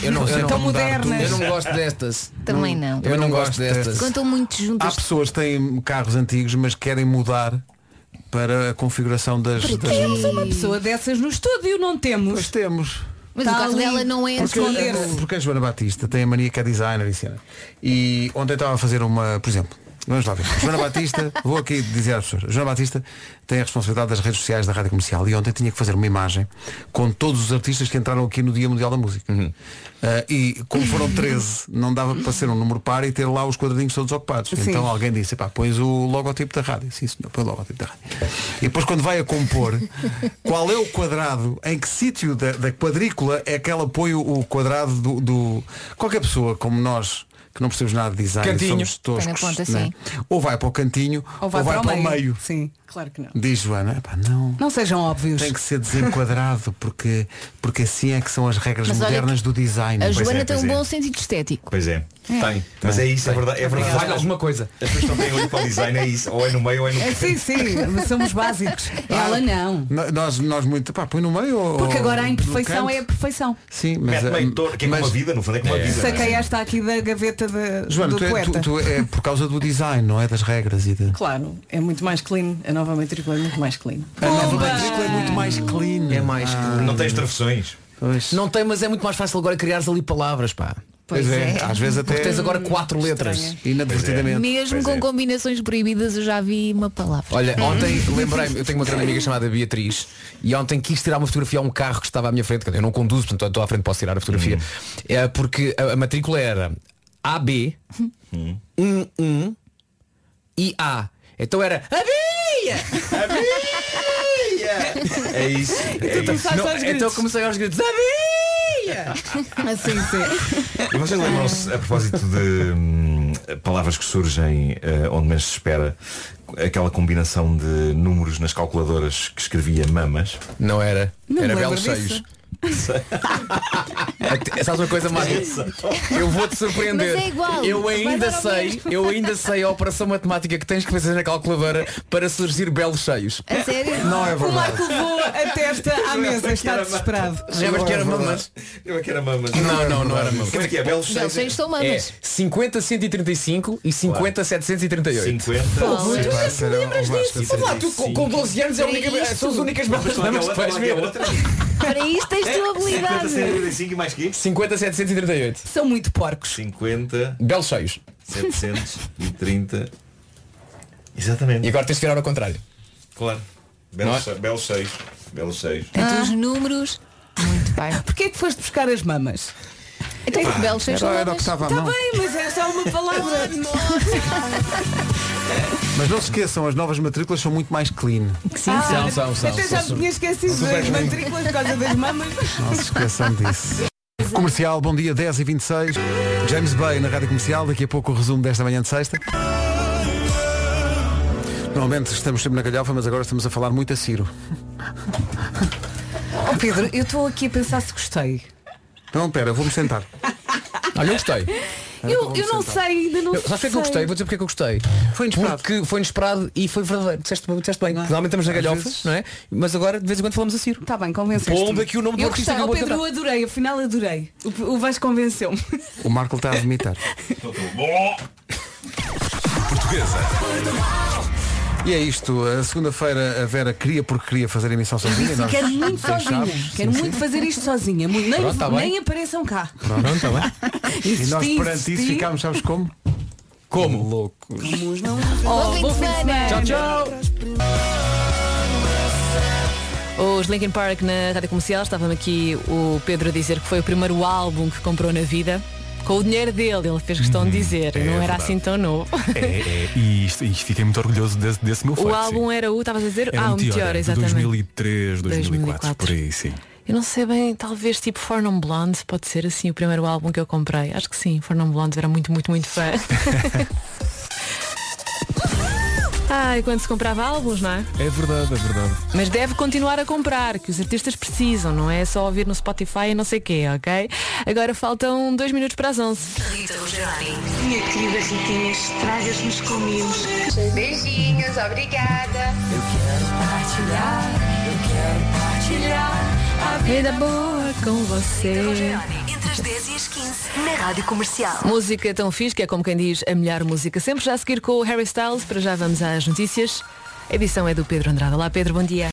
[SPEAKER 5] Eu não, eu não,
[SPEAKER 1] Tão
[SPEAKER 5] Eu
[SPEAKER 1] modernas.
[SPEAKER 5] não gosto destas.
[SPEAKER 4] Também não.
[SPEAKER 5] Eu não gosto destas. Ah,
[SPEAKER 4] Contam muito
[SPEAKER 1] Há
[SPEAKER 4] juntas.
[SPEAKER 1] pessoas que têm carros antigos, mas querem mudar para a configuração das. das...
[SPEAKER 3] Temos uma pessoa dessas no estúdio, não temos? Pois
[SPEAKER 1] temos.
[SPEAKER 4] Mas o carro dela não é
[SPEAKER 1] Porque, eh, um-
[SPEAKER 4] esconder-se.
[SPEAKER 1] porque a Joana Batista tem a mania que é designer e cena. E ontem estava a fazer uma, por exemplo, vamos lá ver. Joana Batista, vou aqui dizer às pessoas, Joana Batista tem a responsabilidade das redes sociais da Rádio Comercial e ontem tinha que fazer uma imagem com todos os artistas que entraram aqui no Dia Mundial da Música. Ah, e como foram 13, não dava para ser um número par e ter lá os quadradinhos todos ocupados.
[SPEAKER 11] Sim.
[SPEAKER 1] Então alguém disse, pá, pões o logotipo da rádio. Sim, senhor, põe o logotipo da rádio. E depois quando vai a compor, qual é o quadrado, em que sítio da, da quadrícula é que ela põe o, o quadrado do, do- Qualquer pessoa como nós, que não percebemos nada de design,
[SPEAKER 5] Cantinho.
[SPEAKER 1] somos toscos,
[SPEAKER 3] Põe na ponta,
[SPEAKER 1] né?
[SPEAKER 3] sim.
[SPEAKER 1] ou vai para o cantinho,
[SPEAKER 3] Ou vai, para, o meio.
[SPEAKER 1] meio.
[SPEAKER 3] Sim, claro que não.
[SPEAKER 1] Diz Joana, "Epá, não.
[SPEAKER 3] Não sejam óbvios.
[SPEAKER 1] Tem que ser desenquadrado, porque, porque assim é que são as regras
[SPEAKER 4] Mas olha
[SPEAKER 1] modernas
[SPEAKER 4] que
[SPEAKER 1] do design.
[SPEAKER 4] A
[SPEAKER 5] é,
[SPEAKER 4] Joana tem um bom sentido estético.
[SPEAKER 17] é, Pois é.
[SPEAKER 4] É.
[SPEAKER 17] Tem. Mas é isso, é verdade. É verdade.
[SPEAKER 5] Vale alguma coisa.
[SPEAKER 17] As pessoas não têm olho para o design, é isso. Ou é no meio ou é no
[SPEAKER 3] É, sim, sim, mas somos básicos. Ela não.
[SPEAKER 1] No- Nós, nós muito, pá, põe no meio ou-
[SPEAKER 3] Porque agora
[SPEAKER 1] ou
[SPEAKER 3] a
[SPEAKER 1] Oh, no
[SPEAKER 3] imperfeição
[SPEAKER 1] canto.
[SPEAKER 3] é a perfeição.
[SPEAKER 1] Sim, mas
[SPEAKER 17] Mete meio torto, que é como a vida, no fundo é como a vida.
[SPEAKER 3] Saquei esta aqui da gaveta cabeça da,
[SPEAKER 1] Joana,
[SPEAKER 3] do
[SPEAKER 1] tu é,
[SPEAKER 3] poeta.
[SPEAKER 1] tu- tu é por causa do design, não é? Das regras e de...
[SPEAKER 20] Claro, é muito mais clean. A nova matrícula é muito mais clean.
[SPEAKER 1] A nova matrícula é muito mais clean.
[SPEAKER 5] É mais clean.
[SPEAKER 17] Não tens travessões.
[SPEAKER 5] Não tem, mas é muito mais fácil agora criares ali palavras, pá.
[SPEAKER 1] Pois Pois é, é. às vezes até-
[SPEAKER 5] Porque tens agora quatro letras. é,
[SPEAKER 1] Inadvertidamente.
[SPEAKER 4] Mesmo com combinações proibidas eu já vi uma palavra.
[SPEAKER 5] Olha,
[SPEAKER 1] Hum.
[SPEAKER 5] ontem lembrei-me, eu tenho uma grande amiga chamada Beatriz e ontem quis tirar uma fotografia a um carro que estava à minha frente, que eu não conduzo, portanto estou à frente, posso tirar a fotografia,
[SPEAKER 1] Hum.
[SPEAKER 5] é, porque a, a matrícula era AB
[SPEAKER 17] Hum.
[SPEAKER 5] 11 e A. Então era
[SPEAKER 11] Havia! Havia!
[SPEAKER 17] É isso. É
[SPEAKER 5] Então,
[SPEAKER 17] isso.
[SPEAKER 5] tá-
[SPEAKER 17] Não,
[SPEAKER 5] tá- então comecei aos gritos.
[SPEAKER 11] Havia!
[SPEAKER 4] Assim, sim.
[SPEAKER 17] E vocês lembram-se, a propósito de hum, palavras que surgem eh, onde menos se espera, aquela combinação de números nas calculadoras que escrevia mamas?
[SPEAKER 5] Não era.
[SPEAKER 11] Não
[SPEAKER 5] era
[SPEAKER 11] me lembro
[SPEAKER 5] belos seios.
[SPEAKER 11] disso.
[SPEAKER 5] Até- Sabes uma coisa mais? Eu vou-te surpreender.
[SPEAKER 11] Mas é igual.
[SPEAKER 5] Eu
[SPEAKER 11] Vai
[SPEAKER 5] ainda
[SPEAKER 11] dar ao
[SPEAKER 5] sei,
[SPEAKER 11] mesmo.
[SPEAKER 5] eu ainda sei a operação matemática que tens que fazer na calculadora para surgir belos cheios.
[SPEAKER 4] A sério?
[SPEAKER 5] Não é verdade.
[SPEAKER 3] O Marco levou a testa à mesa, está desesperado.
[SPEAKER 5] Lembras que era mamas?
[SPEAKER 17] Eu é que era mamas.
[SPEAKER 5] Não, não, não era mamas.
[SPEAKER 17] Quer dizer que é belos
[SPEAKER 4] Belos seios são mamas.
[SPEAKER 5] É 50, 135 e 50, 738.
[SPEAKER 17] 50.
[SPEAKER 4] Pô, tu ainda
[SPEAKER 5] se lembras disto? tu com, com 12 anos é a única,
[SPEAKER 4] Isto.
[SPEAKER 5] são as únicas belas
[SPEAKER 17] Mas não é
[SPEAKER 5] mamas que
[SPEAKER 17] outra,
[SPEAKER 5] vais
[SPEAKER 17] não é
[SPEAKER 5] ver.
[SPEAKER 17] outra.
[SPEAKER 4] Para isto tens
[SPEAKER 11] É,
[SPEAKER 4] tua habilidade.
[SPEAKER 17] 50 e mais que?
[SPEAKER 5] 50, 738.
[SPEAKER 3] São muito porcos.
[SPEAKER 17] 50.
[SPEAKER 5] Belos cheios.
[SPEAKER 17] 730. Exatamente.
[SPEAKER 5] E agora tens de tirar ao contrário. é?
[SPEAKER 17] Claro. Belos se- belos seis. Belos seis.
[SPEAKER 4] Entre os números. Muito bem.
[SPEAKER 3] Ah. Porquê é que foste buscar as mamas?
[SPEAKER 4] Então, que belos seios são mamas.
[SPEAKER 11] Tá
[SPEAKER 3] Está bem, mas é só uma palavra.
[SPEAKER 1] Mas não se esqueçam, as novas matrículas são muito mais clean.
[SPEAKER 3] Ah, Até já me tinha esquecido
[SPEAKER 1] super
[SPEAKER 3] das
[SPEAKER 1] clean.
[SPEAKER 3] matrículas por causa das mamas.
[SPEAKER 1] Não se esqueçam disso.
[SPEAKER 3] é.
[SPEAKER 1] Comercial, bom dia, 10 e 26 James Bay na Rádio Comercial, daqui a pouco o resumo desta manhã de sexta. Normalmente estamos sempre na galhofa, mas agora estamos a falar muito a Ciro.
[SPEAKER 3] Oh, Pedro, eu estou aqui a pensar se gostei.
[SPEAKER 1] Não, pera, vou-me sentar.
[SPEAKER 5] Olha, eu Ah, gostei.
[SPEAKER 3] Eu, eu não sei, ainda não
[SPEAKER 5] Eu, sabes porque é que eu gostei? Vou dizer porque é que eu gostei. Foi inesperado. é? Porque foi inesperado e foi verdadeiro. Disseste, disseste bem. Normalmente estamos na galhofa, não é? Mas agora de vez em quando falamos a Ciro.
[SPEAKER 3] Está Tá bem, convenceste.
[SPEAKER 5] Pondo aqui o nome do
[SPEAKER 3] é eu
[SPEAKER 5] artista
[SPEAKER 3] gostei.
[SPEAKER 5] que eu
[SPEAKER 3] Oh,
[SPEAKER 5] vou
[SPEAKER 3] Pedro, eu
[SPEAKER 5] tentar.
[SPEAKER 3] adorei, afinal adorei. O, o Vasco convenceu-me.
[SPEAKER 1] O Marco está a vomitar.
[SPEAKER 11] Portuguesa.
[SPEAKER 1] E é isto, a segunda-feira a Vera queria porque queria fazer a emissão sozinha. nós
[SPEAKER 3] Quero muito
[SPEAKER 1] deixámos.
[SPEAKER 3] sozinha. Quero
[SPEAKER 1] Sim,
[SPEAKER 3] muito
[SPEAKER 1] sim.
[SPEAKER 3] fazer isto sozinha. Muito- Nem,
[SPEAKER 1] Pronto, tá bem.
[SPEAKER 3] nem apareçam cá.
[SPEAKER 1] Pronto, está bem. E nós
[SPEAKER 3] Insisti,
[SPEAKER 1] perante isso
[SPEAKER 3] insisti.
[SPEAKER 1] ficámos, sabes como?
[SPEAKER 5] Como? Loucos.
[SPEAKER 21] Oh,
[SPEAKER 4] Bom fim de semana.
[SPEAKER 5] Tchau, tchau.
[SPEAKER 21] Os Linkin Park na rádio comercial. Estava-me aqui o Pedro a dizer que foi o primeiro álbum que comprou na vida. Com o dinheiro dele, ele fez questão de dizer.
[SPEAKER 22] é
[SPEAKER 21] não era
[SPEAKER 22] verdade.
[SPEAKER 21] assim tão novo.
[SPEAKER 22] É, é, e, isto, e fiquei muito orgulhoso desse, desse meu
[SPEAKER 21] o
[SPEAKER 22] feito, sim.
[SPEAKER 21] álbum era o, estavas a dizer?
[SPEAKER 22] Era
[SPEAKER 21] ah,
[SPEAKER 22] um
[SPEAKER 21] o Meteor,
[SPEAKER 22] de
[SPEAKER 21] exatamente.
[SPEAKER 22] 2003, 2004,
[SPEAKER 21] 2004.
[SPEAKER 22] por aí, sim.
[SPEAKER 21] Eu não sei bem, talvez tipo For Non Blonde pode ser assim o primeiro álbum que eu comprei. Acho que sim, For Non Blonde era muito, muito, muito fã. Ai, Ah, quando se comprava álbuns, não é?
[SPEAKER 22] É verdade, é verdade.
[SPEAKER 21] Mas deve continuar a comprar, que os artistas precisam, não é só ouvir no Spotify e não sei o quê, ok? Agora faltam dois minutos para as 11.
[SPEAKER 23] Minha querida Ritinha, estragas-nos comigo. Beijinhos, obrigada. Eu quero partilhar, eu quero partilhar a
[SPEAKER 21] Vida boa com você.
[SPEAKER 23] Entre as 10 e as 15, na Rádio Comercial.
[SPEAKER 21] Música tão fixe, que é como quem diz a melhor música. Sempre já a seguir com o Harry Styles, para já vamos às notícias. A edição é do Pedro Andrade. Olá Pedro, bom dia.